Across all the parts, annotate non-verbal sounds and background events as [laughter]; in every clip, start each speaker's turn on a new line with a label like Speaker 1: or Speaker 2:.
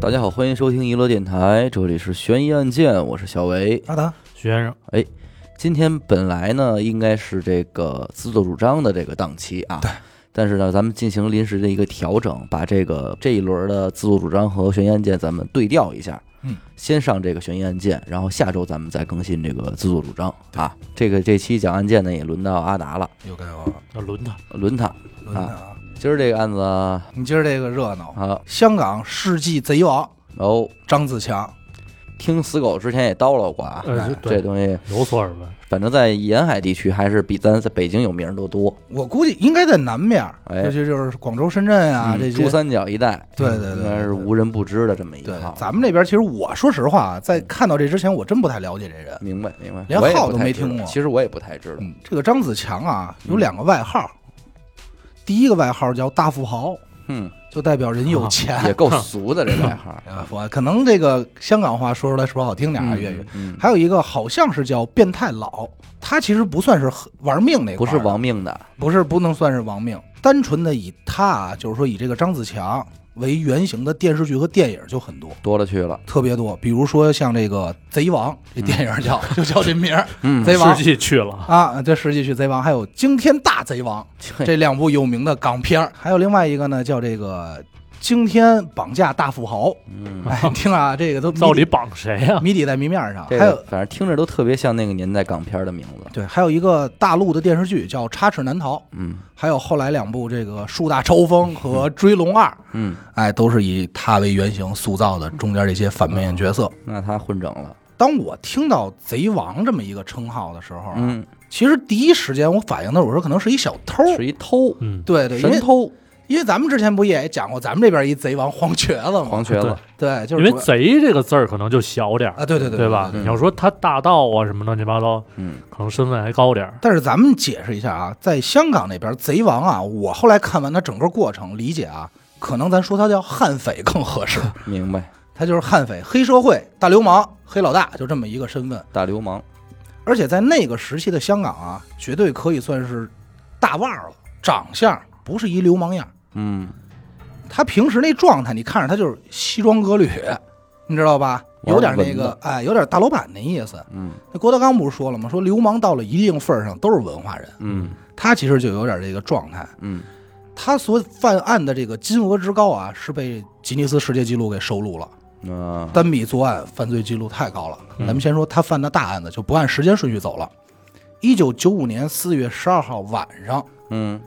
Speaker 1: 大家好，欢迎收听娱乐电台，这里是悬疑案件，我是小维。
Speaker 2: 阿达，
Speaker 3: 徐先生，
Speaker 1: 今天本来呢应该是这个自作主张的这个档期啊，
Speaker 2: 对。
Speaker 1: 但是呢，咱们进行临时的一个调整，把这个这一轮的自作主张和悬疑案件咱们对调一下。
Speaker 2: 嗯，
Speaker 1: 先上这个悬疑案件，然后下周咱们再更新这个自作主张啊。这个这期讲案件呢，也轮到阿达了，
Speaker 2: 又该我
Speaker 3: 要轮他，
Speaker 1: 轮他。
Speaker 2: 轮了啊！
Speaker 1: 今儿这个案子啊，
Speaker 2: 你今儿这个热闹，香港世纪贼王
Speaker 1: 哦，
Speaker 2: 张自强，
Speaker 1: 听死狗之前也叨叨过啊，
Speaker 3: 呃，
Speaker 1: 这
Speaker 3: 对，
Speaker 1: 东西
Speaker 3: 有所耳闻，
Speaker 1: 反正在沿海地区还是比咱在北京有名儿的多。
Speaker 2: 我估计应该在南面儿，
Speaker 1: 哎
Speaker 2: 尤其就是广州、深圳啊
Speaker 1: 嗯
Speaker 2: 这
Speaker 1: 珠
Speaker 2: 些。
Speaker 1: 三角一带，嗯
Speaker 2: 对对对
Speaker 1: 应该
Speaker 2: 对
Speaker 1: 是
Speaker 2: 对
Speaker 1: 无人不知的这么一
Speaker 2: 对
Speaker 1: 个。，
Speaker 2: 咱们这边其实我说实话啊，在
Speaker 1: 嗯
Speaker 2: 看到这之前，我真不太了解这人。
Speaker 1: 明白明白，
Speaker 2: 连
Speaker 1: 我也
Speaker 2: 号
Speaker 1: 不
Speaker 2: 都
Speaker 1: 太
Speaker 2: 没
Speaker 1: 知道
Speaker 2: 听过
Speaker 1: 其实我也不太知道。
Speaker 2: 嗯，这个张子强啊，有
Speaker 1: 嗯
Speaker 2: 两个外号，第一个外号叫大富豪，
Speaker 1: 嗯，
Speaker 2: 就代表人有钱。。
Speaker 1: 也够俗的这外号
Speaker 2: [laughs] 啊我可能这个香港话说出来是不是好听点儿啊？
Speaker 1: 嗯
Speaker 2: 粤语。，
Speaker 1: 嗯，
Speaker 2: 还有一个好像是叫变态佬，他其实不算是很玩命那块儿的，
Speaker 1: 不是亡命的，
Speaker 2: 不是不能算是亡命，单纯的以他啊，就是说以这个张子强为原型的电视剧和电影就很多，
Speaker 1: 多了去了。
Speaker 2: 特别多。比如说像这个《贼王》这电影叫、就叫
Speaker 1: [laughs]
Speaker 2: 这名儿，
Speaker 1: 嗯
Speaker 2: 贼王
Speaker 3: 世纪去了，
Speaker 2: 啊，这实际去贼王，还有《惊天大贼王》这两部有名的港片儿，还有另外一个呢叫这个《惊天绑架大富豪》。
Speaker 1: 嗯，
Speaker 2: 哎，你听啊，这个都谜底
Speaker 1: [laughs]
Speaker 3: 到底绑谁啊呀？
Speaker 2: 谜底在谜面上，
Speaker 1: 这
Speaker 2: 还有
Speaker 1: 个反正听着都特别像那个年代港片的名字。
Speaker 2: 对，还有一个大陆的电视剧叫《插翅难逃》，
Speaker 1: 嗯
Speaker 2: 还有后来两部这个《树大招风》和《追龙二》。
Speaker 1: 嗯，
Speaker 2: 哎，都是以他为原型塑造的中间这些反面角色。
Speaker 1: 那他混整了。
Speaker 2: 当我听到“贼王”这么一个称号的时候啊，
Speaker 1: 嗯，
Speaker 2: 其实第一时间我反应的，我说可能是一小偷。
Speaker 1: 是一偷，
Speaker 3: 嗯，
Speaker 2: 对对，因
Speaker 1: 神
Speaker 2: 为
Speaker 1: 偷，
Speaker 2: 因为咱们之前不也讲过咱们这边一贼王黄瘸子吗？
Speaker 1: 黄瘸子
Speaker 3: 对。
Speaker 2: 对，就
Speaker 3: 因
Speaker 2: 是
Speaker 3: 为
Speaker 2: 主要
Speaker 3: 贼这个字儿可能就小点儿，
Speaker 2: 啊，对对对
Speaker 3: 对吧？
Speaker 2: 对
Speaker 3: 你要说他大盗啊什么乱七八糟，
Speaker 1: 嗯，
Speaker 3: 可能身份还高点儿，
Speaker 2: 但是咱们解释一下啊，在香港那边贼王啊，我后来看完他整个过程理解啊，可能咱说他叫悍匪更合适，
Speaker 1: 明白，
Speaker 2: 他就是悍匪、黑社会、大流氓、黑老大，就这么一个身份。
Speaker 1: 大流氓。
Speaker 2: 而且在那个时期的香港啊，绝对可以算是大腕儿了，长相不是一流氓样儿。
Speaker 1: 嗯，
Speaker 2: 他平时那状态，你看着他就是西装革履，你知道吧？有点那
Speaker 1: 玩文
Speaker 2: 个，哎，有点大老板那意思。
Speaker 1: 嗯，
Speaker 2: 那郭德纲不是说了吗？说流氓到了一定份儿上都是文化人。
Speaker 1: 嗯
Speaker 2: 他其实就有点这个状态。
Speaker 1: 嗯，
Speaker 2: 他所犯案的这个金额之高啊，是被吉尼斯世界纪录给收录了。
Speaker 1: 那
Speaker 2: 单笔作案犯罪记录太高了。
Speaker 3: 嗯
Speaker 2: 咱们先说他犯的大案子，就不按时间顺序走了。一九九五年四月十二号晚上，
Speaker 1: 嗯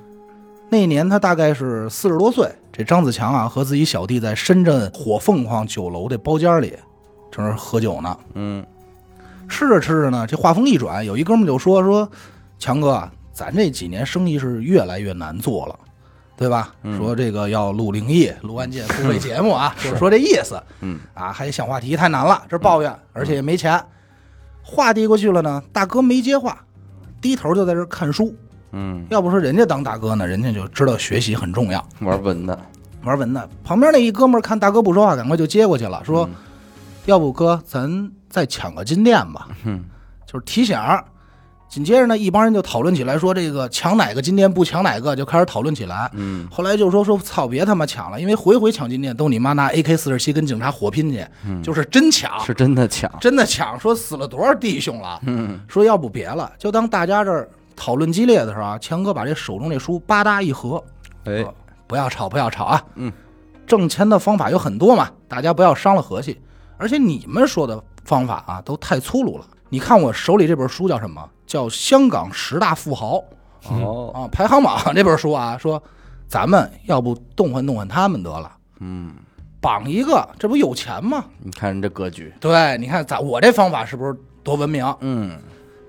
Speaker 2: 那年他大概是四十多岁。这张子强啊，和自己小弟在深圳火凤凰酒楼这包间里，正是喝酒呢。
Speaker 1: 嗯
Speaker 2: 吃着吃着呢，这话锋一转，有一哥们就说说，强哥啊，咱这几年生意是越来越难做了，对吧？
Speaker 1: 嗯
Speaker 2: 说这个要录灵异、录案件付费节目啊，就是说这意思。
Speaker 1: 嗯
Speaker 2: 啊，还想话题太难了，这抱怨，而且也没钱。话递过去了呢，大哥没接话，低头就在这儿看书。
Speaker 1: 嗯，
Speaker 2: 要不说人家当大哥呢，人家就知道学习很重要，
Speaker 1: 玩文的，
Speaker 2: 玩文的。旁边那一哥们儿看大哥不说话，赶快就接过去了，
Speaker 1: 嗯
Speaker 2: 说：“要不哥，咱再抢个金店吧。”
Speaker 1: 嗯
Speaker 2: 就是提醒儿。紧接着呢，一帮人就讨论起来，说这个抢哪个金店不抢哪个，就开始讨论起来。
Speaker 1: 嗯
Speaker 2: 后来就说说操，别他妈抢了，因为回回抢金店都你妈拿 AK 四十七跟警察火拼去，
Speaker 1: 嗯，
Speaker 2: 就是真抢，
Speaker 1: 是真的抢。
Speaker 2: 真的抢，说死了多少弟兄了，
Speaker 1: 嗯
Speaker 2: 说要不别了，就当大家这儿讨论激烈的时候啊，强哥把这手中这书吧嗒一合，
Speaker 1: 哎，
Speaker 2: 不要吵，不要吵啊，
Speaker 1: 嗯，
Speaker 2: 挣钱的方法有很多嘛，大家不要伤了和气，而且你们说的方法啊都太粗鲁了。你看我手里这本书叫什么？叫《香港十大富豪》
Speaker 1: 哦，
Speaker 2: 啊，排行榜 [laughs] 这本书啊，说咱们要不动换动换他们得了，
Speaker 1: 嗯，
Speaker 2: 绑一个，这不有钱吗？
Speaker 1: 你看人这格局，
Speaker 2: 对，你看咱我这方法是不是多文明？
Speaker 1: 嗯，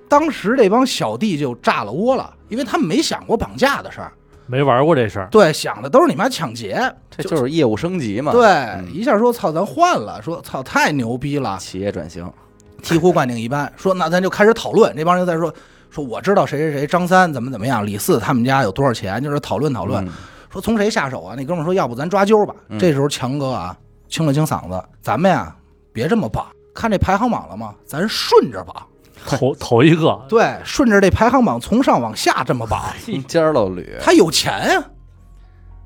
Speaker 2: 当时这帮小弟就炸了窝了，因为他们没想过绑架的事儿，
Speaker 3: 没玩过这事儿，
Speaker 2: 对，想的都是你妈抢劫。
Speaker 1: 这就是业务升级嘛，嗯
Speaker 2: 对，，一下说操，咱换了，说操，太牛逼了，
Speaker 1: 企业转型，
Speaker 2: 醍醐灌顶一般。说那咱就开始讨论，这帮人就在说说我知道谁谁谁张三怎么怎么样，李四他们家有多少钱，就是讨论讨论，
Speaker 1: 嗯
Speaker 2: 说从谁下手啊？那哥们儿说要不咱抓阄吧。
Speaker 1: 嗯
Speaker 2: 这时候强哥啊清了清嗓子，咱们呀别这么绑，看这排行榜了吗？咱顺着绑，
Speaker 3: 头头一个，
Speaker 2: 对，顺着这排行榜从上往下这么
Speaker 1: 哎
Speaker 2: 绑。 [laughs]
Speaker 1: 一尖儿老吕，
Speaker 2: 啊他有钱呀、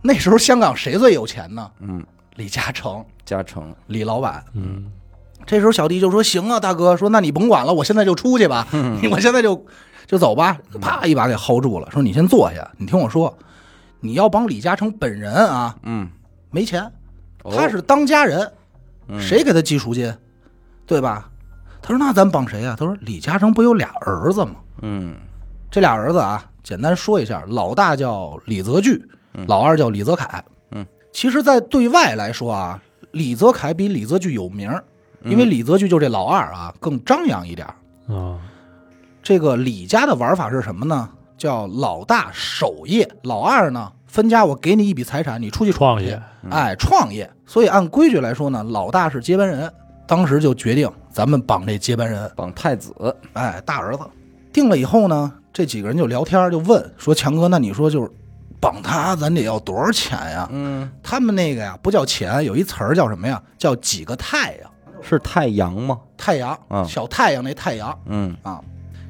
Speaker 2: 那时候香港谁最有钱呢？
Speaker 1: 嗯，
Speaker 2: 李嘉诚，
Speaker 1: 加成，
Speaker 2: 李老板。
Speaker 3: 嗯，
Speaker 2: 这时候小弟就说：“行啊，大哥，说那你甭管了，我现在就出去吧， [laughs] 我现在就就走吧。”啪一把给薅住了，说：“你先坐下，你听我说，你要帮李嘉诚本人啊，
Speaker 1: 嗯，
Speaker 2: 没钱，
Speaker 1: 哦
Speaker 2: 他是当家人，
Speaker 1: 嗯
Speaker 2: 谁给他寄赎金，对吧？”他说：“那咱帮谁啊？”他说：“李嘉诚不有俩儿子吗？
Speaker 1: 嗯
Speaker 2: 这俩儿子啊，简单说一下，老大叫李泽钜，老二叫李泽楷。
Speaker 1: 嗯，
Speaker 2: 其实，在对外来说啊，李泽楷比李泽钜有名儿，
Speaker 1: 嗯
Speaker 2: 因为李泽钜就这老二啊，更张扬一点儿。
Speaker 3: 啊，
Speaker 2: 这个李家的玩法是什么呢？叫老大守业，老二呢分家，我给你一笔财产，你出去
Speaker 3: 创
Speaker 2: 去
Speaker 3: 业，
Speaker 1: 嗯
Speaker 2: 哎，创业。所以按规矩来说呢，老大是接班人。当时就决定咱们绑这接班人，
Speaker 1: 绑太子，
Speaker 2: 哎，大儿子定了以后呢，这几个人就聊天，就问说：“强哥，那你说就是绑他，咱得要多少钱呀？”
Speaker 1: 嗯，
Speaker 2: 他们那个呀不叫钱，有一词儿叫什么呀？叫几个太阳，
Speaker 1: 是太阳吗？
Speaker 2: 太阳，
Speaker 1: 嗯
Speaker 2: 小太阳那太阳
Speaker 1: 嗯，
Speaker 2: 啊。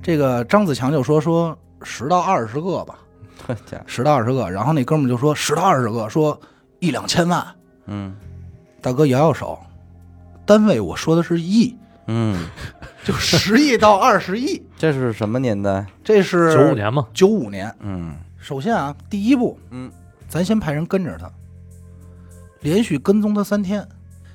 Speaker 2: 这个张子强就说说十到二十个吧，
Speaker 1: 好家伙，
Speaker 2: 十到二十个。然后那哥们儿就说十到二十个，说一两千万。
Speaker 1: 嗯
Speaker 2: 大哥摇摇手，单位我说的是亿，
Speaker 1: 嗯，
Speaker 2: 就十亿到二十亿，
Speaker 1: 这是什么年代？
Speaker 2: 这是
Speaker 3: 九五年嘛，
Speaker 2: 九五年。
Speaker 1: 嗯
Speaker 2: 首先啊，第一步，
Speaker 1: 嗯，
Speaker 2: 咱先派人跟着他，连续跟踪他三天。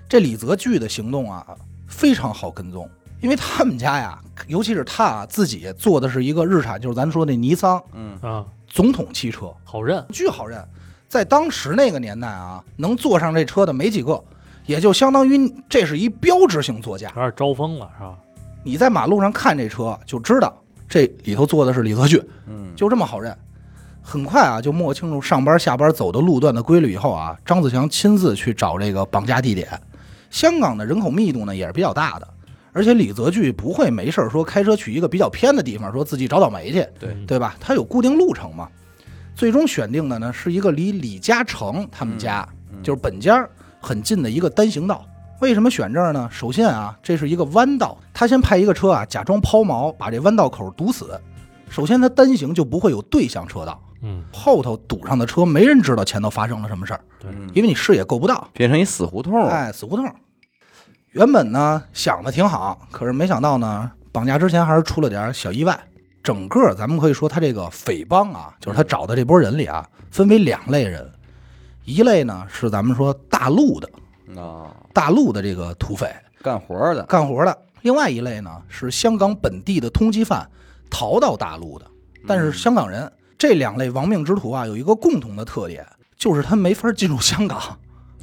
Speaker 2: 这李泽钜的行动啊，非常好跟踪，因为他们家呀，尤其是他啊自己做的是一个日产，就是咱说那尼桑
Speaker 1: 嗯
Speaker 3: 啊，
Speaker 2: 总统汽车，
Speaker 3: 好认，
Speaker 2: 巨好认。在当时那个年代啊，能坐上这车的没几个，也就相当于这是一标志性座驾。
Speaker 3: 有点招风了是吧？
Speaker 2: 你在马路上看这车，就知道这里头坐的是李泽钜。
Speaker 1: 嗯，
Speaker 2: 就这么好认。很快啊，就摸清楚上班下班走的路段的规律以后啊，张子强亲自去找这个绑架地点。香港的人口密度呢也是比较大的，而且李泽钜不会没事儿说开车去一个比较偏的地方，说自己找倒霉去，
Speaker 1: 对
Speaker 3: 嗯
Speaker 2: 对吧？他有固定路程嘛。最终选定的呢是一个离李嘉诚他们家，
Speaker 1: 嗯
Speaker 2: 就是本家儿很近的一个单行道。为什么选这儿呢？首先啊，这是一个弯道，他先派一个车啊，假装抛锚，把这弯道口堵死。首先，他单行就不会有对向车道，
Speaker 3: 嗯，
Speaker 2: 后头堵上的车没人知道前头发生了什么事儿，
Speaker 3: 对，
Speaker 1: 嗯
Speaker 2: 因为你视野够不到。
Speaker 1: 变成一死胡同儿，
Speaker 2: 哎，死胡同。原本呢想的挺好，可是没想到呢，绑架之前还是出了点小意外。整个咱们可以说，他这个匪帮啊，就是他找的这波人里啊，分为两类人，一类呢是咱们说大陆的
Speaker 1: 啊，
Speaker 2: 大陆的这个土匪
Speaker 1: 干活儿的，
Speaker 2: 干活的，另外一类呢是香港本地的通缉犯逃到大陆的，但是香港人。这两类亡命之徒啊，有一个共同的特点，就是他没法进入香港。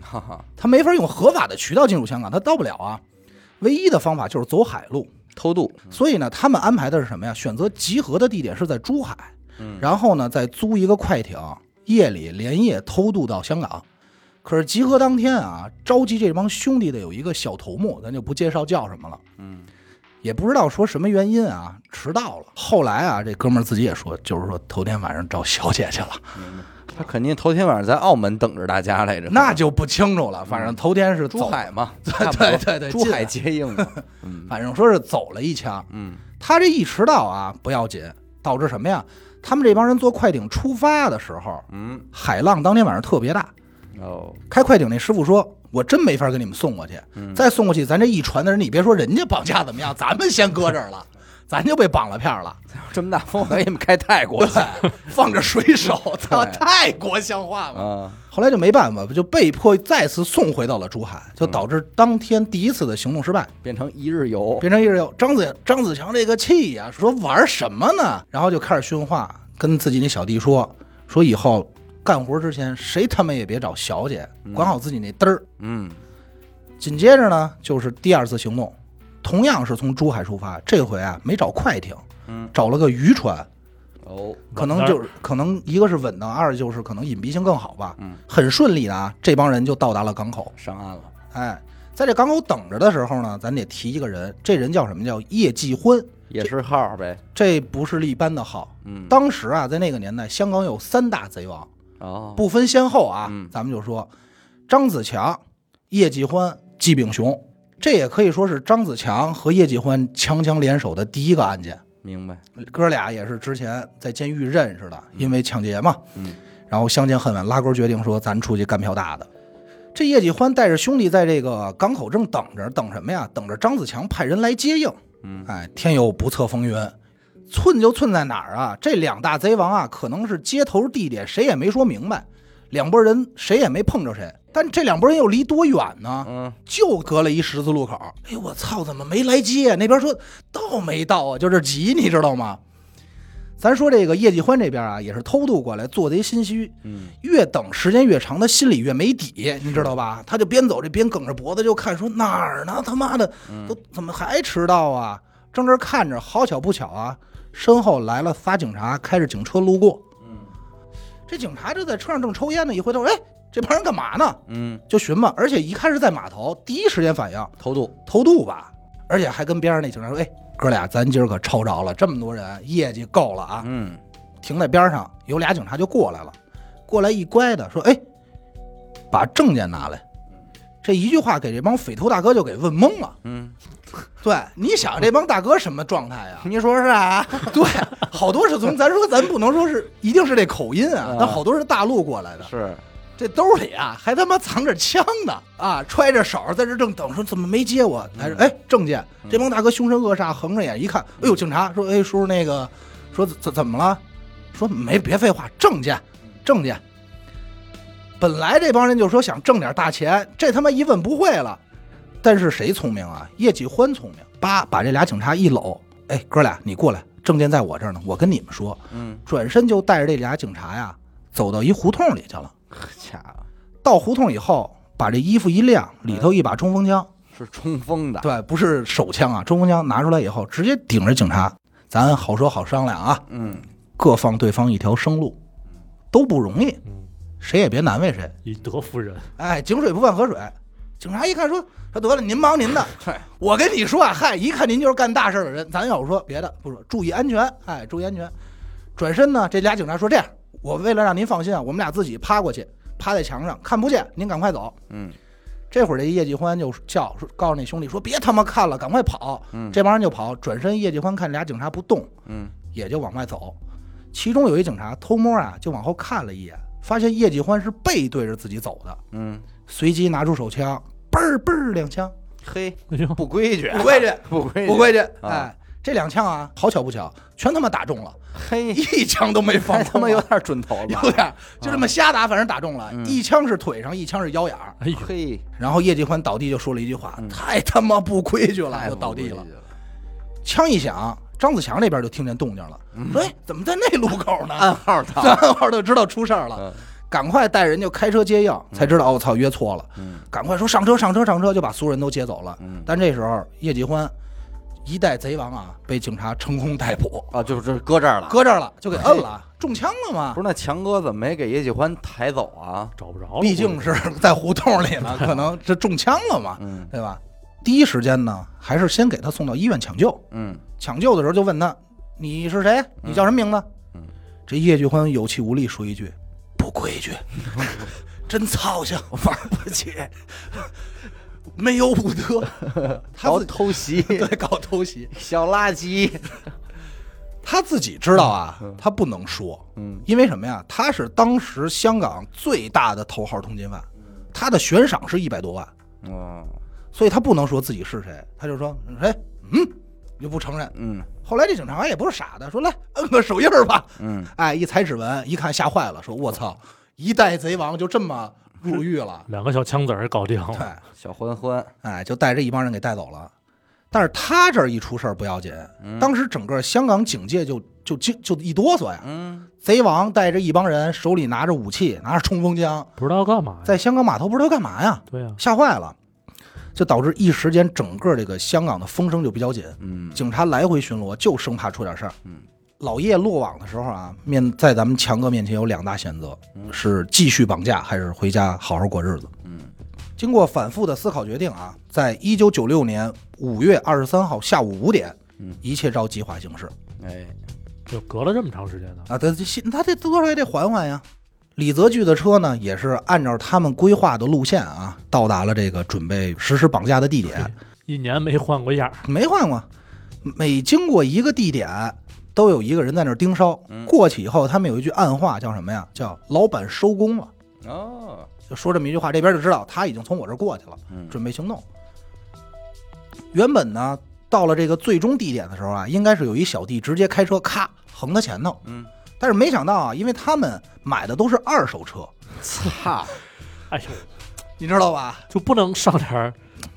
Speaker 1: 哈哈，
Speaker 2: 他没法用合法的渠道进入香港，他到不了啊。唯一的方法就是走海路，
Speaker 1: 偷渡，
Speaker 2: 所以呢，他们安排的是什么呀？选择集合的地点是在珠海，
Speaker 1: 嗯
Speaker 2: 然后呢，再租一个快艇，夜里连夜偷渡到香港。可是集合当天啊，召集这帮兄弟的有一个小头目，咱就不介绍叫什么了，
Speaker 1: 嗯
Speaker 2: 也不知道说什么原因啊，迟到了。后来啊，这哥们儿自己也说，就是说头天晚上找小姐
Speaker 1: [laughs]
Speaker 2: 去了，
Speaker 1: 他肯定头天晚上在澳门等着大家来着，
Speaker 2: 那就不清楚了。反正头天是
Speaker 1: 嗯珠
Speaker 2: 走，
Speaker 1: 海 [laughs] 嘛，差不多
Speaker 2: 对对对，
Speaker 1: 珠海
Speaker 2: 进
Speaker 1: 接应的，
Speaker 2: 来反正说是走了一枪。
Speaker 1: 嗯
Speaker 2: 他这一迟到啊不要紧，导致什么呀？他们这帮人坐快艇出发的时候，
Speaker 1: 嗯，
Speaker 2: 海浪当天晚上特别大。
Speaker 1: [laughs] 哦，
Speaker 2: 开快艇那师傅说：“我真没法给你们送过去，
Speaker 1: 嗯
Speaker 2: 再送过去，咱这一船的人，你别说人家绑架怎么样，咱们先搁这儿了，咱就被绑了片儿了。
Speaker 1: 这么大风， [laughs] 我给你们开泰国 [laughs]
Speaker 2: 对
Speaker 1: 去，
Speaker 2: 放着水
Speaker 1: [laughs]
Speaker 2: 手，操，
Speaker 1: 对
Speaker 2: 泰国像话吗？
Speaker 1: 啊，
Speaker 2: 后来就没办法，就被迫再次送回到了珠海，就导致当天第一次的行动失败。
Speaker 1: 变成一日游，
Speaker 2: 变成一日游。张子张子强这个气呀、说玩什么呢？然后就开始训话，跟自己那小弟说，说以后干活之前谁他妈也别找小姐，管好自己那嘚儿。
Speaker 1: 嗯
Speaker 2: 紧接着呢，就是第二次行动，同样是从珠海出发，这回啊没找快艇，
Speaker 1: 嗯
Speaker 2: 找了个渔船，
Speaker 1: 哦，
Speaker 2: 可能就是可能一个是稳当，二就是可能隐蔽性更好吧。
Speaker 1: 嗯，
Speaker 2: 很顺利的啊，这帮人就到达了港口。
Speaker 1: 上岸了，
Speaker 2: 哎，在这港口等着的时候呢，咱得提一个人，这人叫什么？叫叶继欢。
Speaker 1: 也是号儿呗，
Speaker 2: 这不是一般的号。
Speaker 1: 嗯，
Speaker 2: 当时啊，在那个年代，香港有三大贼王，
Speaker 1: 哦，
Speaker 2: 不分先后啊。
Speaker 1: 嗯
Speaker 2: 咱们就说张子强、叶继欢、纪炳雄，这也可以说是张子强和叶继欢强强联手的第一个案件。
Speaker 1: 明白，
Speaker 2: 哥俩也是之前在监狱认识的，因为抢劫嘛，
Speaker 1: 嗯，
Speaker 2: 然后相见恨晚，拉钩决定说咱出去干票大的。这叶继欢带着兄弟在这个港口正等着，等什么呀？等着张子强派人来接应。
Speaker 1: 嗯
Speaker 2: 哎，天有不测风云，寸就寸在哪儿啊？这两大贼王啊，可能是接头地点谁也没说明白，两拨人谁也没碰着谁，但这两拨人又离多远呢？
Speaker 1: 嗯，
Speaker 2: 就隔了一十字路口。哎呦，我操，怎么没来接、那边说到没到啊？就这急，你知道吗？咱说这个叶继欢这边啊，也是偷渡过来，做贼心虚，
Speaker 1: 嗯，
Speaker 2: 越等时间越长，他心里越没底，你知道吧？他就边走这边梗着脖子就看，说哪儿呢？他妈的，都怎么还迟到啊？正这儿看着，好巧不巧啊，身后来了仨警察，开着警车路过。
Speaker 1: 嗯
Speaker 2: 这警察就在车上正抽烟呢，一回头，哎，这帮人干嘛呢？
Speaker 1: 嗯，
Speaker 2: 就询问，而且一看是在码头，第一时间反应
Speaker 1: 偷渡，
Speaker 2: 偷渡吧，而且还跟边上那警察说，哎，哥俩，咱今儿可抄着了，这么多人，业绩够了啊。
Speaker 1: 嗯
Speaker 2: 停在边上，有俩警察就过来了，过来一乖的说：“哎，把证件拿来。”这一句话给这帮匪徒大哥就给问懵了。
Speaker 1: 嗯
Speaker 2: 对，你想这帮大哥什么状
Speaker 1: [laughs]
Speaker 2: 态呀、你说是啊？对，好多是从咱说咱不能说是一定是这口音啊
Speaker 1: 啊，
Speaker 2: 但好多是大陆过来的，
Speaker 1: 是，
Speaker 2: 这兜里啊还他妈藏着枪呢啊，揣着手在这正等，说怎么没接我？还是哎证件？这帮大哥凶神恶煞，横着眼一看，哎呦，警察说，哎叔叔那个，说怎怎么了？说没别废话，证件，证件。本来这帮人就说想挣点大钱，这他妈一问不会了。但是谁聪明啊？叶继欢聪明，叭把这俩警察一搂，哎哥俩你过来，证件在我这儿呢，我跟你们说。
Speaker 1: 嗯，
Speaker 2: 转身就带着这俩警察呀走到一胡同里去了。
Speaker 1: 恰
Speaker 2: 到胡同以后，把这衣服一晾，里头一把冲锋枪，
Speaker 1: 是冲锋的，
Speaker 2: 嗯对，不是手枪啊，冲锋枪拿出来以后，直接顶着警察，咱好说好商量啊，
Speaker 1: 嗯，
Speaker 2: 各放对方一条生路，都不容易，
Speaker 3: 嗯，
Speaker 2: 谁也别难为谁。
Speaker 3: 以德服人，
Speaker 2: 哎，井水不犯河水。警察一看说说得了，您忙您的，
Speaker 1: 嗨，
Speaker 2: 我跟你说啊，嗨，一看您就是干大事儿的人，咱要不说别的，不说注意安全，哎，注意安全。转身呢，这俩警察说这样，我为了让您放心啊，我们俩自己趴过去，趴在墙上看不见，您赶快走。
Speaker 1: 嗯
Speaker 2: 这会儿这叶继欢就叫说，告诉那兄弟说别他妈看了，赶快跑。
Speaker 1: 嗯
Speaker 2: 这帮人就跑，转身叶继欢看俩警察不动，
Speaker 1: 嗯
Speaker 2: 也就往外走。其中有一警察偷摸啊，就往后看了一眼，发现叶继欢是背对着自己走的，
Speaker 1: 嗯，
Speaker 2: 随即拿出手枪，嘣儿嘣儿两枪，
Speaker 1: 嘿，
Speaker 3: 哎呦，
Speaker 1: [laughs] 不规矩，啊
Speaker 2: 不规矩，
Speaker 1: 不规矩，
Speaker 2: 不，规矩，
Speaker 1: 啊
Speaker 2: 哎。这两枪啊，好巧不巧，全他妈打中了，
Speaker 1: 嘿，
Speaker 2: 一枪都没放
Speaker 1: 还 [laughs]
Speaker 2: 空啊，
Speaker 1: 他妈有点准头了
Speaker 2: 有，点儿就这么瞎打，反正打中了，
Speaker 1: 嗯
Speaker 2: 一枪是腿上，一枪是腰眼儿，
Speaker 3: 哎呦，
Speaker 1: 嘿，
Speaker 2: 然后叶继欢倒地就说了一句话：“
Speaker 1: 嗯
Speaker 2: 太他妈不规矩了！”
Speaker 1: 太
Speaker 2: 就
Speaker 1: 不
Speaker 2: 倒地
Speaker 1: 规
Speaker 2: 了
Speaker 1: 矩。了，
Speaker 2: 枪一响，张子强那边就听见动静了，
Speaker 1: 嗯
Speaker 2: 说：“哎，怎么在那路口 [laughs] 呢？”
Speaker 1: 暗号套，
Speaker 2: 三号就知道出事儿了，
Speaker 1: 啊嗯
Speaker 2: 赶快带人就开车接应，才知道我操约错了，
Speaker 1: 嗯
Speaker 2: 赶快说上车上车上车，就把所有人都接走
Speaker 1: [laughs]
Speaker 2: 了。
Speaker 1: 嗯，
Speaker 2: 但这时候叶继欢一代贼王啊，被警察成功逮捕，
Speaker 1: 啊，就是这搁这儿了，
Speaker 2: 搁这儿了就给摁了，中枪了嘛
Speaker 1: 不。是那强哥怎么没给叶继欢抬走啊？
Speaker 3: 找不着了，。
Speaker 2: 毕竟是在胡同里
Speaker 1: [laughs]
Speaker 2: 呢，可能这中枪了嘛，
Speaker 1: 嗯
Speaker 2: 对吧？第一时间呢，还是先给他送到医院抢救。
Speaker 1: 嗯
Speaker 2: 抢救的时候就问他：“你是谁？你叫什么名字？”
Speaker 1: 嗯嗯
Speaker 2: 这叶继欢有气无力说一句：“不规
Speaker 1: [laughs]
Speaker 2: 矩，真操性，玩不起，没有武德。
Speaker 1: [laughs]
Speaker 2: 他
Speaker 1: 搞
Speaker 2: 自己
Speaker 1: 偷袭，
Speaker 2: 对搞偷袭，
Speaker 1: [laughs] 小垃圾，
Speaker 2: 他自己知道啊，他不能说，
Speaker 1: 嗯
Speaker 2: 因为什么呀？他是当时香港最大的头号通缉犯，他的悬赏是一百多万，
Speaker 1: 哦，
Speaker 2: 所以他不能说自己是谁，他就说谁，嗯，就不承认。
Speaker 1: 嗯
Speaker 2: 后来这警察也不是傻的，说来摁个手印儿吧，
Speaker 1: 嗯，
Speaker 2: 哎，一踩指纹，一看吓坏了，说：“我操，一代贼王就这么入狱了
Speaker 3: [laughs] 两个小枪子儿搞定”
Speaker 2: 对
Speaker 3: 了，，
Speaker 1: 小欢欢，
Speaker 2: 哎，就带着一帮人给带走了。但是他这儿一出事儿不要紧，
Speaker 1: 嗯
Speaker 2: 当时整个香港警界就就就就一哆嗦呀。
Speaker 1: 嗯
Speaker 2: 贼王带着一帮人，手里拿着武器，拿着冲锋枪，
Speaker 3: 不知道干
Speaker 1: 嗯
Speaker 3: 嘛呀，
Speaker 2: 在香港码头不知道干嘛呀，
Speaker 3: 对呀，
Speaker 2: 吓坏了，就导致一时间整个这个香港的风声就比较紧。
Speaker 1: 嗯
Speaker 2: 警察来回巡逻，就生怕出点事儿。
Speaker 1: 嗯，
Speaker 2: 老叶落网的时候啊，面在咱们强哥面前有两大选择，是继续绑架还是回家好好过日子。
Speaker 1: 嗯，
Speaker 2: 经过反复的思考决定啊，在一九九六年五月二十三号下午五点，
Speaker 1: 嗯
Speaker 2: 一切照计划行事
Speaker 1: 哎，
Speaker 3: 就隔了这么长时间呢，
Speaker 2: 啊。他这他这多少也得缓缓呀。李泽钜的车呢，也是按照他们规划的路线啊，到达了这个准备实施绑架的地点。
Speaker 3: 一年没换过样儿，
Speaker 2: 没换过。每经过一个地点，都有一个人在那儿盯梢。过去以后，他们有一句暗话叫什么呀？叫“老板收工了
Speaker 1: 哦，”。
Speaker 2: 就说这么一句话，这边就知道他已经从我这儿过去了，
Speaker 1: 嗯
Speaker 2: 准备行动。原本呢，到了这个最终地点的时候啊，应该是有一小弟直接开车咔横他前头，
Speaker 1: 嗯，
Speaker 2: 但是没想到啊，因为他们买的都是二手车，
Speaker 1: 操，
Speaker 3: 哎呦，
Speaker 2: 你知道吧？
Speaker 3: 就不能上点儿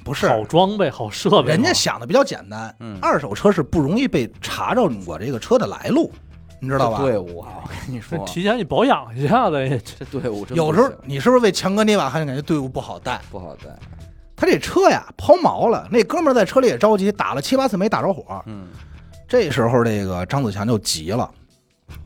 Speaker 2: 不是，
Speaker 3: 好装备、好设备吗？
Speaker 2: 人家想的比较简单，
Speaker 1: 嗯
Speaker 2: 二手车是不容易被查着我这个车的来路，你知道吧？
Speaker 1: 队伍啊，我跟你说，
Speaker 3: 提前你保养一下子，也
Speaker 1: 这队伍真
Speaker 2: 有
Speaker 1: 不
Speaker 2: 时候
Speaker 1: 行
Speaker 2: 你是不是为强哥捏把汗，感觉队伍不好带？
Speaker 1: 不好带，
Speaker 2: 他这车呀抛锚了，那哥们儿在车里也着急，打了七八次没打着火。
Speaker 1: 嗯
Speaker 2: 这时候这个张子强就急了，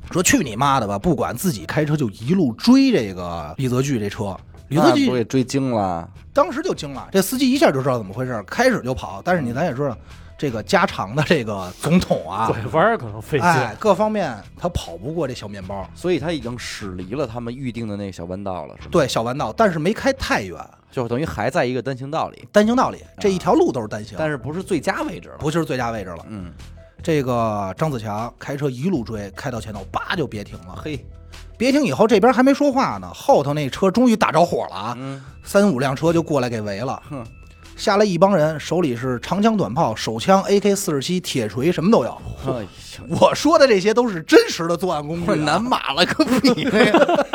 Speaker 2: 说：“去你妈的吧！不管自己开车就一路追这个李泽钜这车。”李泽
Speaker 1: 那不
Speaker 2: 钜
Speaker 1: 给追惊了，
Speaker 2: 当时就惊了，这司机一下就知道怎么回事，开始就跑。但是
Speaker 1: 嗯
Speaker 2: 你咱也知道，这个加长的这个总统啊，
Speaker 3: 拐弯儿可能费劲。
Speaker 2: 哎，各方面他跑不过这小面包。
Speaker 1: 所以他已经驶离了他们预定的那个小弯道了，是吗？，
Speaker 2: 对小弯道，但是没开太远，
Speaker 1: 就等于还在一个单行道里，
Speaker 2: 单行道里这一条路都是单行，
Speaker 1: 啊但
Speaker 2: 是
Speaker 1: 是不是最佳位置了？
Speaker 2: 不就是最佳位置了？
Speaker 1: 嗯，
Speaker 2: 这个张子强开车一路追，开到前头，叭就别停了。
Speaker 1: 嘿，
Speaker 2: 别停以后，这边还没说话呢，后头那车终于打着火了啊，
Speaker 1: 嗯，
Speaker 2: 三五辆车就过来给围了。
Speaker 1: 哼，
Speaker 2: 下来一帮人，手里是长枪短炮、手枪、AK 四十七、铁锤，什么都有。
Speaker 1: 哎呀，
Speaker 2: 我说的这些都是真实的作案工
Speaker 1: [laughs]
Speaker 2: 具、
Speaker 1: 我
Speaker 2: 啊，
Speaker 1: 南马了 [laughs] 个比哎呀！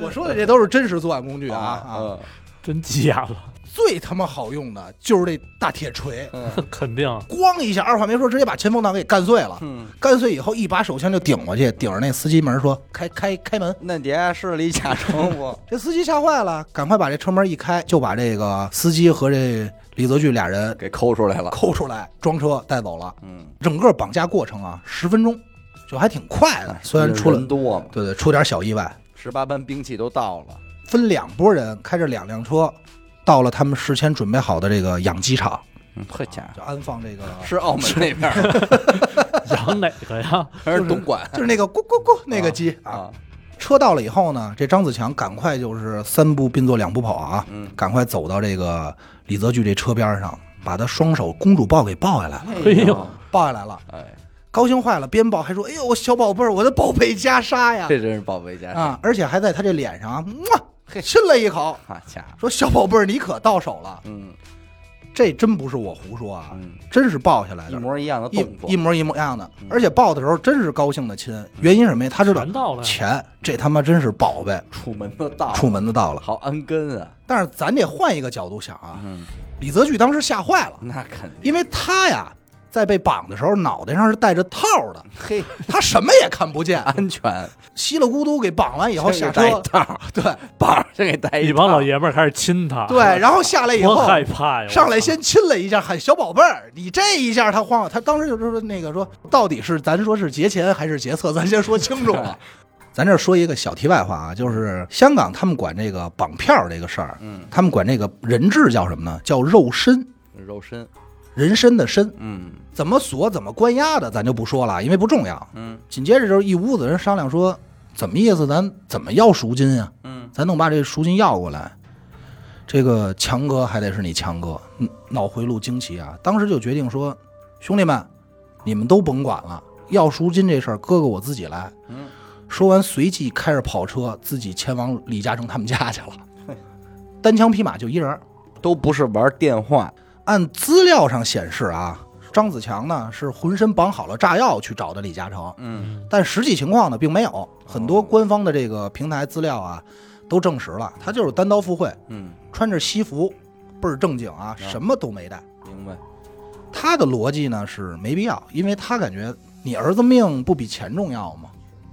Speaker 2: 我说的这都是真实作案工具啊啊！
Speaker 1: 啊，
Speaker 3: 真急眼了， [laughs]
Speaker 2: 最他妈好用的就是这大铁锤，
Speaker 1: 嗯
Speaker 3: 肯定
Speaker 2: 咣一下，二话没说，直接把前风挡给干碎了。
Speaker 1: 嗯，
Speaker 2: 干碎以后，一把手枪就顶过去，顶着那司机门说：“开开开门
Speaker 1: 那爹是李甲虫不？！”
Speaker 2: 这司机吓坏了，赶快把这车门一开，就把这个司机和这李泽钜俩人
Speaker 1: [laughs] 给抠出来了。
Speaker 2: 抠出来，装车带走了。
Speaker 1: 嗯，
Speaker 2: 整个绑架过程啊，十分钟，就还挺快的。虽然出了
Speaker 1: 哎人多嘛，
Speaker 2: 对对出点小意外，
Speaker 1: 十八般兵器都到了，
Speaker 2: 分两拨人开着两辆车，到了他们事先准备好的这个养鸡场，
Speaker 1: 好嗯家伙，
Speaker 2: 就安放这个，
Speaker 1: 是澳门那边儿
Speaker 3: 养哪
Speaker 2: [laughs]
Speaker 3: 个呀？
Speaker 1: [laughs] 还是东莞
Speaker 2: 就是那个咕咕咕那个鸡啊。
Speaker 1: [laughs] 啊？
Speaker 2: 车到了以后呢，这张子强赶快就是三步并作两步跑啊，
Speaker 1: 嗯
Speaker 2: 赶快走到这个李泽钜这车边上，把他双手公主抱给抱下来了，
Speaker 1: 哎
Speaker 3: 哎呦，
Speaker 2: 抱下来了，
Speaker 1: 哎，
Speaker 2: 高兴坏了，边抱还说：“哎呦，我小宝贝儿，我的宝贝袈裟呀
Speaker 1: 这真是宝贝家
Speaker 2: 啊！”而且还在他这脸上，哇，亲了一口，
Speaker 1: 好家伙，
Speaker 2: 说：“小宝贝儿，你可到手了。
Speaker 1: 嗯”
Speaker 2: 这真不是我胡说啊，
Speaker 1: 嗯，
Speaker 2: 真是抱下来
Speaker 1: 一
Speaker 2: 的。
Speaker 1: 模一样的
Speaker 2: 一
Speaker 1: 动作
Speaker 2: 一，模一模一样的
Speaker 1: 嗯，
Speaker 2: 而且抱的时候真是高兴的亲，原因是什么呀？他知道
Speaker 3: 全到了呀，
Speaker 2: 钱，这他妈真是宝贝，
Speaker 1: 楚门的道，
Speaker 2: 出门子到了。
Speaker 1: 好安根啊，
Speaker 2: 但是咱得换一个角度想啊，
Speaker 1: 嗯，
Speaker 2: 李泽钜当时吓坏了，
Speaker 1: 那肯定，
Speaker 2: 因为他呀在被绑的时候脑袋上是带着套的，
Speaker 1: 嘿，
Speaker 2: 他什么也看不见，
Speaker 1: 安全，
Speaker 2: 稀里咕嘟给绑完以
Speaker 3: [laughs]
Speaker 2: 后下
Speaker 1: 先给带
Speaker 2: 车
Speaker 1: 一，套，
Speaker 2: 对
Speaker 1: 绑上给带一套，
Speaker 3: 一帮老爷们儿开始亲他，
Speaker 2: 哎对，然后下来以
Speaker 3: 多
Speaker 2: 后
Speaker 3: 害怕呀！
Speaker 2: 上来
Speaker 3: 我操
Speaker 2: 先亲了一下，喊小宝贝儿，你这一下他慌了，他当时就说那个说到底是咱说是劫钱还是劫色，咱先说清楚
Speaker 3: [laughs]
Speaker 2: 了。咱这儿说一个小题外话啊，就是香港他们管这个绑票这个事儿，
Speaker 1: 嗯，
Speaker 2: 他们管这个人质叫什么呢？叫肉身，
Speaker 1: 肉身，
Speaker 2: 人参的参。
Speaker 1: 嗯
Speaker 2: 怎么锁、怎么关押的，咱就不说了，因为不重要。
Speaker 1: 嗯
Speaker 2: 紧接着就是一屋子人商量说，怎么意思？咱怎么要赎金啊？
Speaker 1: 嗯，
Speaker 2: 咱能把这赎金要过来？这个强哥还得是你强哥，嗯脑回路惊奇啊！当时就决定说，兄弟们，你们都甭管了，要赎金这事儿，哥哥我自己来。
Speaker 1: 嗯，
Speaker 2: 说完，随即开着跑车，自己前往李嘉诚他们家去了，单枪匹马就一人儿。
Speaker 1: 都不是玩电话，
Speaker 2: 按资料上显示啊，张子强呢是浑身绑好了炸药去找的李嘉诚，
Speaker 1: 嗯
Speaker 3: 嗯
Speaker 2: 但实际情况呢并没有。很多官方的这个平台资料啊，都证实了他就是单刀赴会，
Speaker 1: 嗯，
Speaker 2: 穿着西服，倍儿正经啊，
Speaker 1: 嗯
Speaker 2: 什么都没带。
Speaker 1: 明白，
Speaker 2: 他的逻辑呢是没必要，因为他感觉你儿子命不比钱重要吗？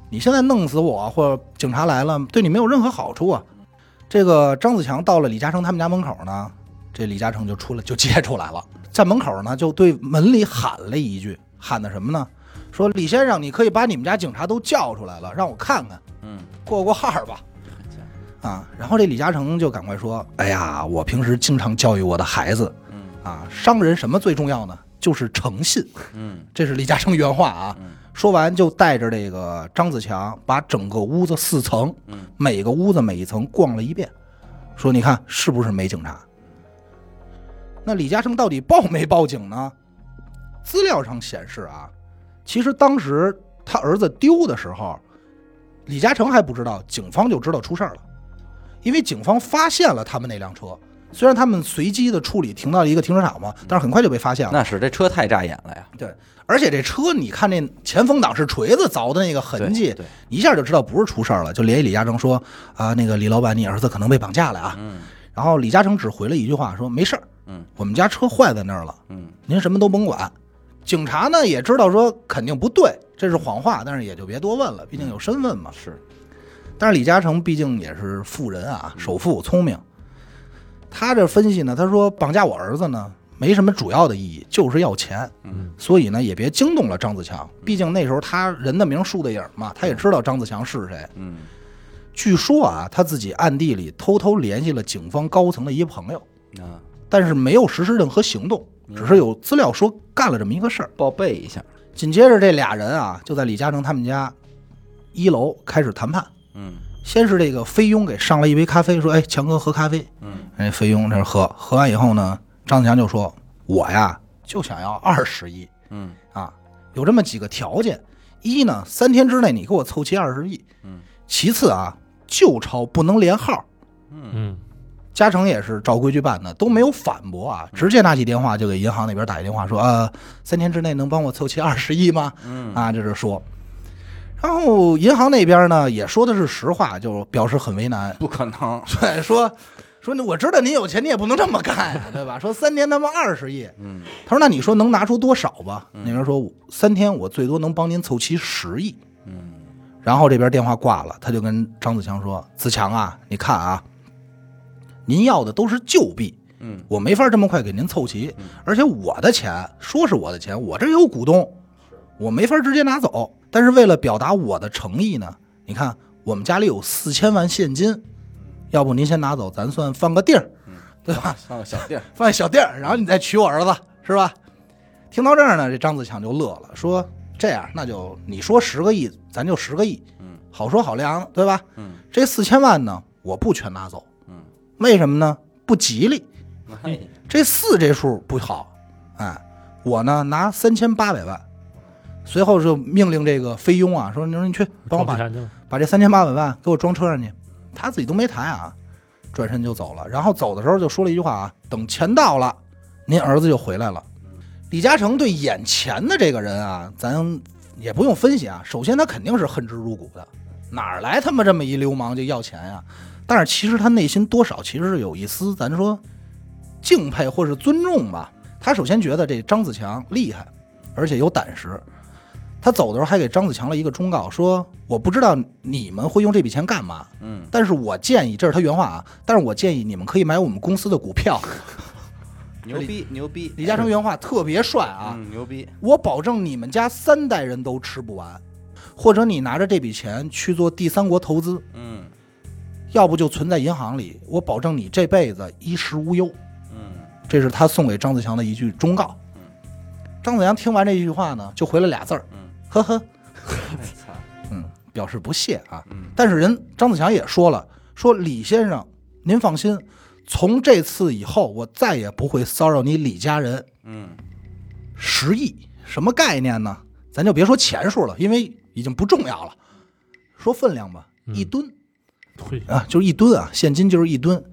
Speaker 2: 你现在弄死我或者警察来了，对你没有任何好处啊。这个张子强到了李嘉诚他们家门口呢，这李嘉诚就出来就接出来了，在门口呢就对门里喊了一句，喊的什么呢？说李先生，你可以把你们家警察都叫出来了，让我看看，
Speaker 1: 嗯，
Speaker 2: 过过号吧。啊，然后这李嘉诚就赶快说：“哎呀，我平时经常教育我的孩子，
Speaker 1: 嗯
Speaker 2: 啊，商人什么最重要呢？就是诚信。
Speaker 1: 嗯
Speaker 2: 这是李嘉诚原话啊。
Speaker 1: 嗯
Speaker 2: 说完就带着这个张子强，把整个屋子四层，
Speaker 1: 嗯，
Speaker 2: 每个屋子每一层逛了一遍，说你看是不是没警察？那李嘉诚到底报没报警呢？资料上显示啊，其实当时他儿子丢的时候，李嘉诚还不知道，警方就知道出事儿了。因为警方发现了他们那辆车，虽然他们随机的处理停到一个停车场嘛，但是很快就被发现了。
Speaker 1: 那是这车太扎眼了呀，
Speaker 2: 而且这车，你看这前风挡是锤子凿的那个痕迹
Speaker 1: 对，对，
Speaker 2: 一下就知道不是出事儿了，就联系李嘉诚说啊，那个李老板，你儿子可能被绑架了啊。
Speaker 1: 嗯
Speaker 2: 然后李嘉诚只回了一句话说没事儿，
Speaker 1: 嗯，
Speaker 2: 我们家车坏在那儿了，
Speaker 1: 嗯，
Speaker 2: 您什么都甭管。警察呢也知道说肯定不对，这是谎话，但是也就别多问了，毕竟有身份嘛。
Speaker 1: 是，
Speaker 2: 但是李嘉诚毕竟也是富人啊，首富，聪明。他这分析呢，他说绑架我儿子呢没什么主要的意义，就是要钱，
Speaker 1: 嗯，
Speaker 2: 所以呢也别惊动了张子强，毕竟那时候他人的名树的影嘛，他也知道张子强是谁。
Speaker 1: 嗯，
Speaker 2: 据说啊，他自己暗地里偷偷联系了警方高层的一朋友，
Speaker 1: 啊，
Speaker 2: 但是没有实施任何行动，只是有资料说干了这么一个事儿。
Speaker 1: 报备一下，
Speaker 2: 紧接着这俩人啊，就在李嘉诚他们家一楼开始谈判。
Speaker 1: 嗯
Speaker 2: 先是这个菲佣给上了一杯咖啡，说：“哎，强哥喝咖啡。”
Speaker 1: 嗯，
Speaker 2: 人家菲佣这喝，喝完以后呢，张子强就说：“我呀就想要二十亿
Speaker 1: 嗯
Speaker 2: 啊，有这么几个条件：一呢，三天之内你给我凑齐二十亿；
Speaker 1: 嗯，
Speaker 2: 其次啊，旧钞不能连号。”
Speaker 1: 嗯
Speaker 3: 嗯，
Speaker 2: 嘉诚也是照规矩办的，都没有反驳啊，
Speaker 1: 嗯
Speaker 2: 直接拿起电话就给银行那边打一电话说：“呃，三天之内能帮我凑齐二十亿吗？”
Speaker 1: 嗯
Speaker 2: 啊，这是说。然后银行那边呢也说的是实话，就表示很为难，
Speaker 1: 不可 [laughs] 能，
Speaker 2: 对，说说我知道您有钱，你也不能这么干呀、对吧？说三年他妈二十亿，
Speaker 1: 嗯
Speaker 2: 他说那你说能拿出多少吧？那边说三天我最多能帮您凑齐十亿。
Speaker 1: 嗯
Speaker 2: 然后这边电话挂了，他就跟张子强说：“子强啊，你看啊，您要的都是旧币，
Speaker 1: 嗯
Speaker 2: 我没法这么快给您凑齐，而且我的钱说是我的钱，我这有股东，我没法直接拿走。但是为了表达我的诚意呢，你看我们家里有四千万现金，要不您先拿走，咱算放个地儿，
Speaker 1: 嗯
Speaker 2: 对吧？
Speaker 1: 上个哦小店，
Speaker 2: 放一小地儿，然后你再娶我儿子，是吧？听到这儿呢，这张子强就乐了，说这样，那就你说十个亿，咱就十个亿，
Speaker 1: 嗯，
Speaker 2: 好说好量，对吧？
Speaker 1: 嗯
Speaker 2: 这四千万呢，我不全拿走，
Speaker 1: 嗯，
Speaker 2: 为什么呢？不吉利，
Speaker 1: 哎 [laughs]
Speaker 2: 这四这数不好，哎，我呢拿三千八百万，随后就命令这个菲佣啊，说你说你去帮我把
Speaker 3: 钱去了，
Speaker 2: 把这三千八百万给我装车上去，他自己都没抬啊，转身就走了。然后走的时候就说了一句话啊，等钱到了，您儿子就回来了。李嘉诚对眼前的这个人啊，咱也不用分析啊，首先他肯定是恨之入骨的，哪儿来他妈这么一流氓就要钱呀、但是其实他内心多少其实是有一丝咱说敬佩或是尊重吧。他首先觉得这张子强厉害，而且有胆识，他走的时候还给张子强了一个忠告，说我不知道你们会用这笔钱干嘛，
Speaker 1: 嗯
Speaker 2: 但是我建议，这是他原话啊，但是我建议你们可以买我们公司的股票。
Speaker 1: 牛逼牛逼，哎
Speaker 2: 李嘉诚原话特别帅啊，
Speaker 1: 嗯牛逼，
Speaker 2: 我保证你们家三代人都吃不完，或者你拿着这笔钱去做第三国投资，
Speaker 1: 嗯
Speaker 2: 要不就存在银行里，我保证你这辈子衣食无忧。
Speaker 1: [laughs] 嗯
Speaker 2: 这是他送给张子强的一句忠告
Speaker 1: 嗯。
Speaker 2: 张子强听完这句话呢，就回了俩字儿
Speaker 1: 嗯，
Speaker 2: 呵呵，
Speaker 1: 太惨，
Speaker 2: 嗯，表示不屑啊。
Speaker 1: 嗯
Speaker 2: 但是人张子强也说了，说李先生，您放心，从这次以后，我再也不会骚扰你李家人。
Speaker 1: 嗯
Speaker 2: 十亿什么概念呢？咱就别说钱数了，因为已经不重要了。说分量吧，
Speaker 3: 嗯
Speaker 2: 一吨
Speaker 3: 退
Speaker 2: 啊，就是一吨啊，现金就是一吨。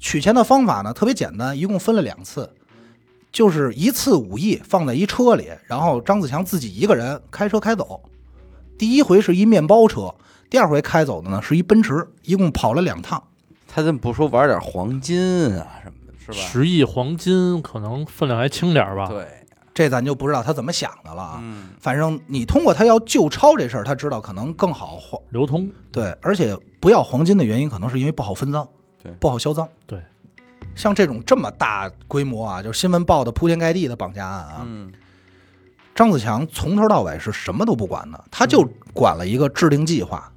Speaker 2: 取钱的方法呢特别简单，一共分了两次，就是一次五亿放在一车里，然后张子强自己一个人开车开走。第一回是一面包车，第二回开走的呢是一奔驰，一共跑了两趟。
Speaker 1: 他怎么不说玩点黄金啊什么的，是吧？
Speaker 3: 十亿黄金可能分量还轻点儿吧？
Speaker 1: 对，
Speaker 2: 这咱就不知道他怎么想的了啊。
Speaker 1: 嗯
Speaker 2: 反正你通过他要旧钞这事儿，他知道可能更好还
Speaker 3: 流通，
Speaker 2: 对，而且不要黄金的原因，可能是因为不好分赃，
Speaker 1: 对
Speaker 2: 不好销赃。
Speaker 3: 对，
Speaker 2: 像这种这么大规模啊，就是新闻报的铺天盖地的绑架案啊，
Speaker 1: 嗯
Speaker 2: 张子强从头到尾是什么都不管的，他
Speaker 1: 嗯
Speaker 2: 就管了一个制定计划，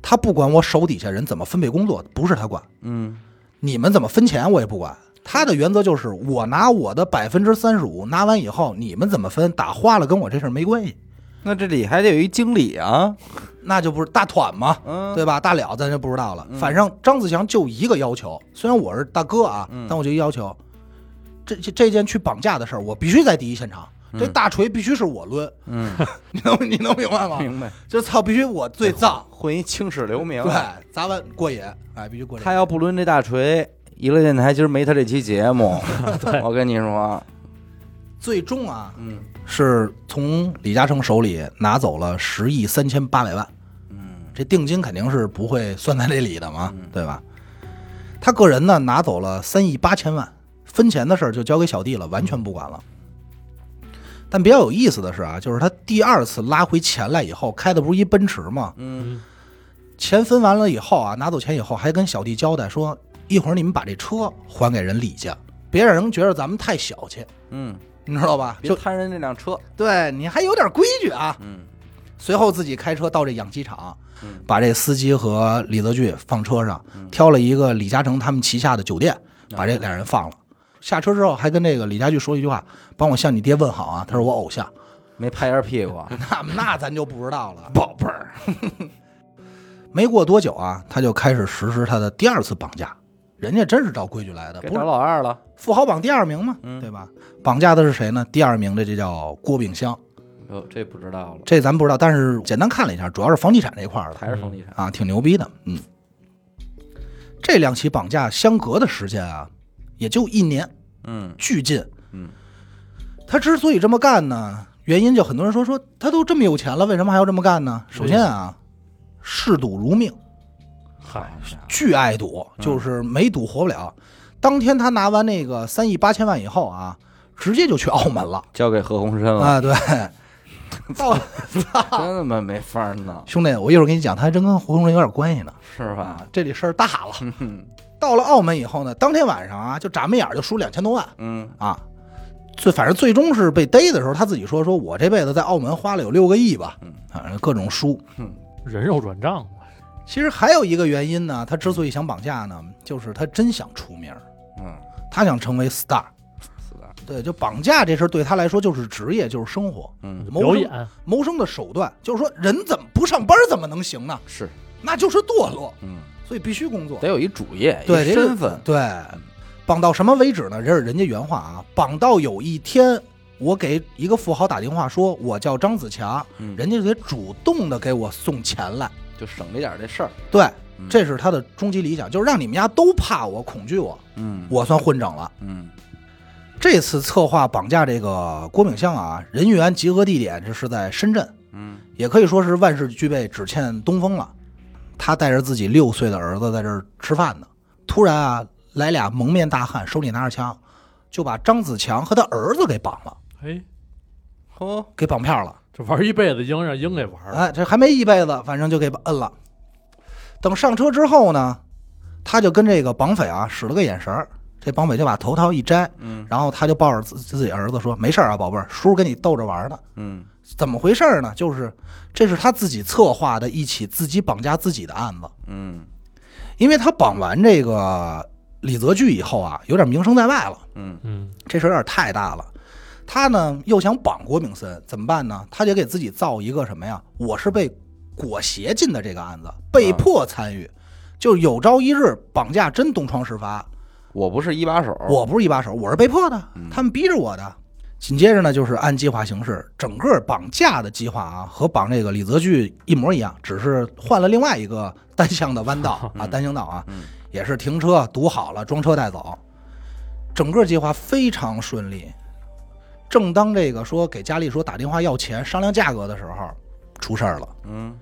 Speaker 2: 他不管我手底下人怎么分配工作，不是他管，
Speaker 1: 嗯
Speaker 2: 你们怎么分钱我也不管。他的原则就是，我拿我的百分之三十五，拿完以后你们怎么分，打花了跟我这事儿没关系，
Speaker 1: 那这里还得有一经理啊，
Speaker 2: 那就不是大团吗？
Speaker 1: 嗯，
Speaker 2: 对吧？大了咱就不知道了。反正张子强就一个要求，虽然我是大哥啊，但我就一要求，这这这件去绑架的事儿，我必须在第一现场，这大锤必须是我抡，
Speaker 1: [laughs] 嗯，
Speaker 2: 你能你能明白吗？
Speaker 1: 明白，
Speaker 2: 这操必须我最脏，
Speaker 1: 混一青史留名啊
Speaker 2: 对，咱们过瘾，哎，必须过瘾。
Speaker 1: 他要不抡这大锤，娱乐电台今儿没他这期节 [laughs] 目。我跟你说，啊
Speaker 2: 最终啊，
Speaker 1: 嗯
Speaker 2: 是从李嘉诚手里拿走了十亿三千八百万，
Speaker 1: 嗯
Speaker 2: 这定金肯定是不会算在这里的嘛，对吧？他个人呢拿走了三亿八千万，分钱的事儿就交给小弟了，完全不管了。但比较有意思的是啊，就是他第二次拉回钱来以后，开的不是一奔驰吗？
Speaker 1: 嗯
Speaker 2: 钱分完了以后啊，拿走钱以后还跟小弟交代说，一会儿你们把这车还给人李家，别让人觉得咱们太小气，
Speaker 1: 嗯，
Speaker 2: 你知道吧？
Speaker 1: 别
Speaker 2: 就
Speaker 1: 贪人那辆车。
Speaker 2: 对你还有点规矩啊。
Speaker 1: 嗯
Speaker 2: 随后自己开车到这养鸡场
Speaker 1: 嗯，
Speaker 2: 把这司机和李泽钜放车上，挑了一个李嘉诚他们旗下的酒店，
Speaker 1: 啊
Speaker 2: 把这俩人放了。下车之后还跟这个李家驹说一句话：“帮我向你爹问好啊，他是我偶像。
Speaker 1: 没拍一下屁 [laughs] 股。啊
Speaker 2: 那”那咱就不知道了，宝贝儿。 [laughs] 没过多久啊，他就开始实施他的第二次绑架。人家真是照规矩来的，
Speaker 1: 该
Speaker 2: 不
Speaker 1: 找
Speaker 2: 是
Speaker 1: 老二了，
Speaker 2: 富豪榜第二名嘛，
Speaker 1: 嗯
Speaker 2: 对吧？绑架的是谁呢？第二名的这叫郭炳湘，
Speaker 1: 哟，这不知道了，
Speaker 2: 这咱不知道，但是简单看了一下，主要是房地产这一块儿的。
Speaker 1: 还是房地产，
Speaker 2: 啊，挺牛逼的。嗯，这两起绑架相隔的时间啊，也就一年，
Speaker 1: 嗯
Speaker 2: 巨近。
Speaker 1: 嗯，
Speaker 2: 他之所以这么干呢，原因就很多人说说他都这么有钱了，为什么还要这么干呢？首先啊，嗜赌如命，
Speaker 3: 嗨，
Speaker 2: 巨爱赌，就是没赌活不了。当天他拿完那个三亿八千万以后啊，直接就去澳门了
Speaker 1: 交给何鸿燊了，
Speaker 2: 啊，对。 [laughs] 到
Speaker 1: 真他妈没法儿弄，
Speaker 2: 兄弟，我一会儿跟你讲，他还真跟胡同人有点关系呢
Speaker 1: 是吧？
Speaker 2: 啊，这里事儿大了。
Speaker 1: 嗯
Speaker 2: 到了澳门以后呢，当天晚上啊，就眨巴眼儿就输两千多万
Speaker 1: 嗯
Speaker 2: 啊。最反正最终是被逮的时候，他自己说：“说我这辈子在澳门花了有六个亿吧
Speaker 1: 嗯，
Speaker 2: 反正各种输。
Speaker 3: 人肉转账嘛，”
Speaker 2: 其实还有一个原因呢，他之所以想绑架呢，就是他真想出名儿，
Speaker 1: 嗯，
Speaker 2: 他想成为 star。
Speaker 1: 是的，
Speaker 2: 对，就绑架这事儿对他来说就是职业，就是生活，
Speaker 1: 嗯
Speaker 3: 表演
Speaker 2: 谋生的手段。就是说，人怎么不上班儿怎么能行呢？
Speaker 1: 是，
Speaker 2: 那就是堕落，
Speaker 1: 嗯，
Speaker 2: 所以必须工作。
Speaker 1: 得有一主业，
Speaker 2: 对
Speaker 1: 一
Speaker 2: 这个
Speaker 1: 身份，
Speaker 2: 对，绑到什么为止呢？这是人家原话啊。绑到有一天，我给一个富豪打电话说，我叫张子强，
Speaker 1: 嗯，
Speaker 2: 人家就得主动的给我送钱来。
Speaker 1: 就省着点儿这事儿，
Speaker 2: 对
Speaker 1: 嗯，
Speaker 2: 这是他的终极理想，就是让你们家都怕我、恐惧我，
Speaker 1: 嗯
Speaker 2: 我算混整了。
Speaker 1: 嗯
Speaker 2: 这次策划绑架这个郭炳湘啊，人员集合地点这是在深圳，
Speaker 1: 嗯
Speaker 2: 也可以说是万事俱备，只欠东风了。他带着自己六岁的儿子在这儿吃饭呢，突然啊，来俩蒙面大汉，手里拿着枪，就把张子强和他儿子给绑了，
Speaker 3: 哎，
Speaker 1: 嚯，
Speaker 2: 给绑票了。
Speaker 3: 这玩一辈子鹰让鹰给玩了，
Speaker 2: 哎，这还没一辈子，反正就给摁了。等上车之后呢，他就跟这个绑匪啊使了个眼神儿，这绑匪就把头套一摘，
Speaker 1: 嗯
Speaker 2: 然后他就抱着自自己儿子说：“没事儿啊，宝贝儿，叔叔跟你逗着玩儿呢。”
Speaker 1: 嗯
Speaker 2: 怎么回事儿呢？就是这是他自己策划的一起自己绑架自己的案子，
Speaker 1: 嗯
Speaker 2: 因为他绑完这个李泽钜以后啊，有点名声在外了，
Speaker 1: 嗯
Speaker 3: 嗯，
Speaker 2: 这事儿有点太大了。他呢又想绑郭炳森，怎么办呢？他得给自己造一个什么呀？我是被裹挟进的这个案子，被迫参与，就有朝一日绑架真东窗事发，
Speaker 1: 我不是一把手，嗯
Speaker 2: 我不是一把手，我是被迫的，他们逼着我的。紧接着呢，就是按计划行事，整个绑架的计划啊，和绑这个李泽钜一模一样，只是换了另外一个单向的弯
Speaker 1: [laughs]
Speaker 2: 道啊，单行道啊
Speaker 1: 嗯，
Speaker 2: 也是停车堵好了，装车带走。整个计划非常顺利。正当这个说给佳丽说打电话要钱商量价格的时候，出事儿了。
Speaker 1: 嗯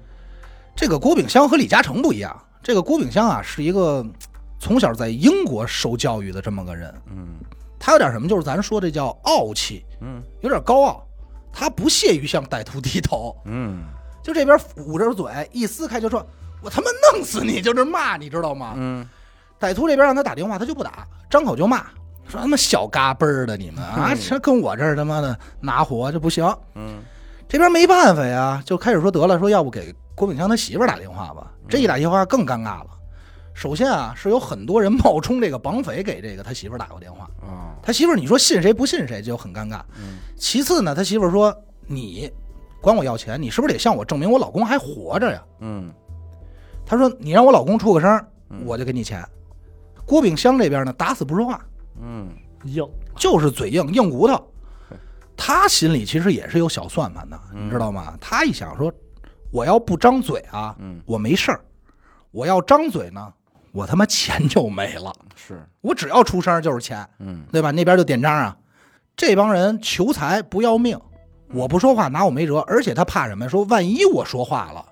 Speaker 2: 这个郭炳湘和李嘉诚不一样，这个郭炳湘啊是一个嗯从小在英国受教育的这么个人，
Speaker 1: 嗯
Speaker 2: 他有点什么，就是咱说这叫傲气，
Speaker 1: 嗯
Speaker 2: 有点高傲，他不屑于向歹徒低头，
Speaker 1: 嗯
Speaker 2: 就这边捂着嘴一撕开就说：“我他妈弄死你！”就这骂，你知道吗？
Speaker 1: 嗯
Speaker 2: 歹徒这边让他打电话，他就不打，张口就骂，说他妈小嘎嘣儿的你们啊，
Speaker 1: 嗯
Speaker 2: 这跟我这儿他妈的拿火这不行。
Speaker 1: 嗯
Speaker 2: 这边没办法呀，就开始说得了，说要不给郭炳强他媳妇儿打电话
Speaker 1: 嗯
Speaker 2: 吧。这一打电话更尴尬了。首先啊，是有很多人冒充这个绑匪给这个他媳妇儿打过电话，
Speaker 1: 啊
Speaker 2: 他媳妇儿你说信谁不信谁就很尴尬。
Speaker 1: 嗯
Speaker 2: 其次呢，他媳妇儿说你管我要钱，你是不是得向我证明我老公还活着呀？
Speaker 1: 嗯
Speaker 2: 他说你让我老公出个声儿
Speaker 1: 嗯，
Speaker 2: 我就给你钱。郭炳湘这边呢，打死不说话，
Speaker 1: 嗯
Speaker 3: 硬
Speaker 2: 就是嘴硬硬骨头
Speaker 1: 对。
Speaker 2: 他心里其实也是有小算盘的，
Speaker 1: 嗯
Speaker 2: 你知道吗？他一想说，我要不张嘴啊，
Speaker 1: 嗯
Speaker 2: 我没事儿；我要张嘴呢，我他妈钱就没了。
Speaker 1: 是，
Speaker 2: 我只要出声就是钱，
Speaker 1: 嗯
Speaker 2: 对吧？那边就点章啊，这帮人求财不要命，我不说话拿我没辙，而且他怕什么呀？说万一我说话了，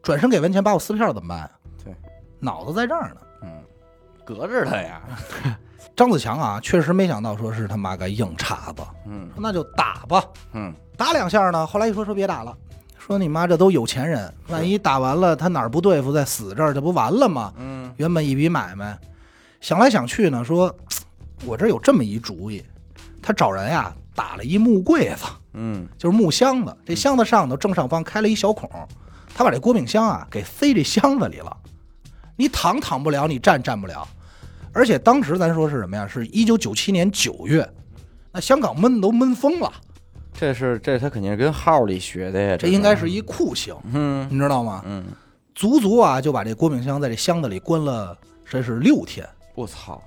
Speaker 2: 转身给文钱把我撕票怎么办？啊
Speaker 1: 对，
Speaker 2: 脑子在这儿呢。
Speaker 1: 嗯，隔着他呀，
Speaker 2: 张子强啊，确实没想到说是他妈个硬茬子，
Speaker 1: 嗯
Speaker 2: 那就打吧，
Speaker 1: 嗯，
Speaker 2: 打两下呢。后来一说说别打了，说你妈这都有钱人，万一打完了他哪儿不对付再死这儿，这不完了吗？
Speaker 1: 嗯，
Speaker 2: 原本一笔买卖，想来想去呢，说我这儿有这么一主意，他找人呀打了一木柜子，
Speaker 1: 嗯，
Speaker 2: 就是木箱子，这箱子上头正上方开了一小孔，他把这锅饼箱啊给塞这箱子里了，你躺躺不了，你站站不了，而且当时咱说是什么呀？是一九九七年九月，那香港闷都闷疯了，
Speaker 1: 这是这他肯定是跟号里学的呀，
Speaker 2: 这应该是一酷刑，
Speaker 1: 嗯
Speaker 2: 你知道吗？
Speaker 1: 嗯，
Speaker 2: 足足啊就把这锅饼箱在这箱子里关了，这是六天
Speaker 1: 我操，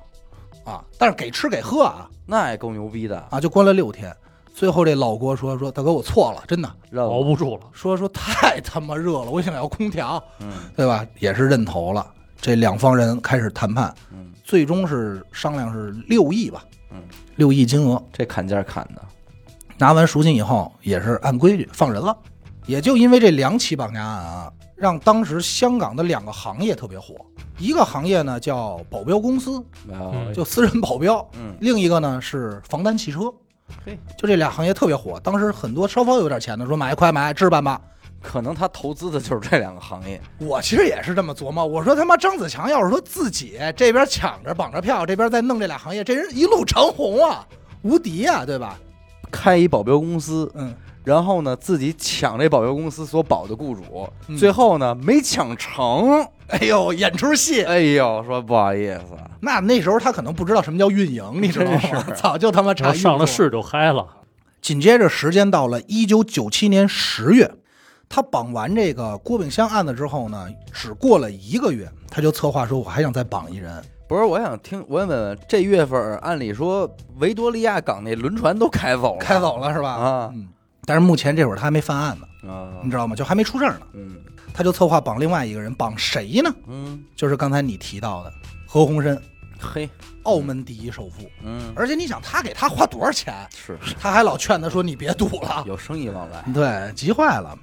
Speaker 2: 啊，但是给吃给喝啊。
Speaker 1: 那也够牛逼的，
Speaker 2: 啊，就关了六天。最后这老郭说说大哥我错了，真的
Speaker 1: 认
Speaker 3: 熬
Speaker 1: 了，
Speaker 3: 不住了，
Speaker 2: 说说太他妈热了，我想要空调，
Speaker 1: 嗯
Speaker 2: 对吧？也是认头了。这两方人开始谈判，
Speaker 1: 嗯，
Speaker 2: 最终是商量是六亿吧，
Speaker 1: 嗯，
Speaker 2: 六亿金额。
Speaker 1: 这砍价砍的，
Speaker 2: 拿完赎金以后，也是按规矩放人了。也就因为这两起绑架案啊，让当时香港的两个行业特别火。一个行业呢叫保镖公司，
Speaker 1: 嗯
Speaker 2: 就私人保镖，
Speaker 1: 嗯
Speaker 2: 另一个呢是防弹汽车
Speaker 1: 嘿，
Speaker 2: 就这俩行业特别火。当时很多稍稍有点钱的说买快买置办吧。
Speaker 1: 可能他投资的就是这两个行业，
Speaker 2: 我其实也是这么琢磨，我说他妈张子强要是说自己这边抢着绑着票，这边再弄这俩行业，这人一路长虹啊，无敌呀、对吧？
Speaker 1: 开一保镖公司，
Speaker 2: 嗯，
Speaker 1: 然后呢自己抢这保镖公司所保的雇主，
Speaker 2: 嗯
Speaker 1: 最后呢没抢成，
Speaker 2: 哎呦，演出戏。
Speaker 1: 哎呦，说不好意思，啊
Speaker 2: 那那时候他可能不知道什么叫运营，你知道吗？ [laughs] 早就他妈
Speaker 3: 然
Speaker 2: 查
Speaker 3: 后上了
Speaker 2: 运输
Speaker 3: 市就嗨了，
Speaker 2: 紧接着，时间到了一九九七年十月，他绑完这个郭炳湘案子之后呢，只过了一个月，他就策划说：“我还想再绑一人。
Speaker 1: 不是，我想听，我想问问，这月份儿按理说维多利亚港那轮船都开走”了，
Speaker 2: 开走了是吧？
Speaker 1: 啊
Speaker 2: 嗯。但是目前这会儿他还没犯案呢，
Speaker 1: 啊
Speaker 2: 你，知道吗？就还没出事儿呢。
Speaker 1: 嗯
Speaker 2: 他就策划绑另外一个人，绑谁呢？
Speaker 1: 嗯，
Speaker 2: 就是刚才你提到的何鸿燊，
Speaker 1: 嘿，
Speaker 2: 澳门第一首富。
Speaker 1: 嗯
Speaker 2: 而且你想，他给他花多少钱？
Speaker 1: 是
Speaker 2: 他还老劝他说：“你别赌了。”
Speaker 1: 有生意往来，
Speaker 2: 对，急坏了。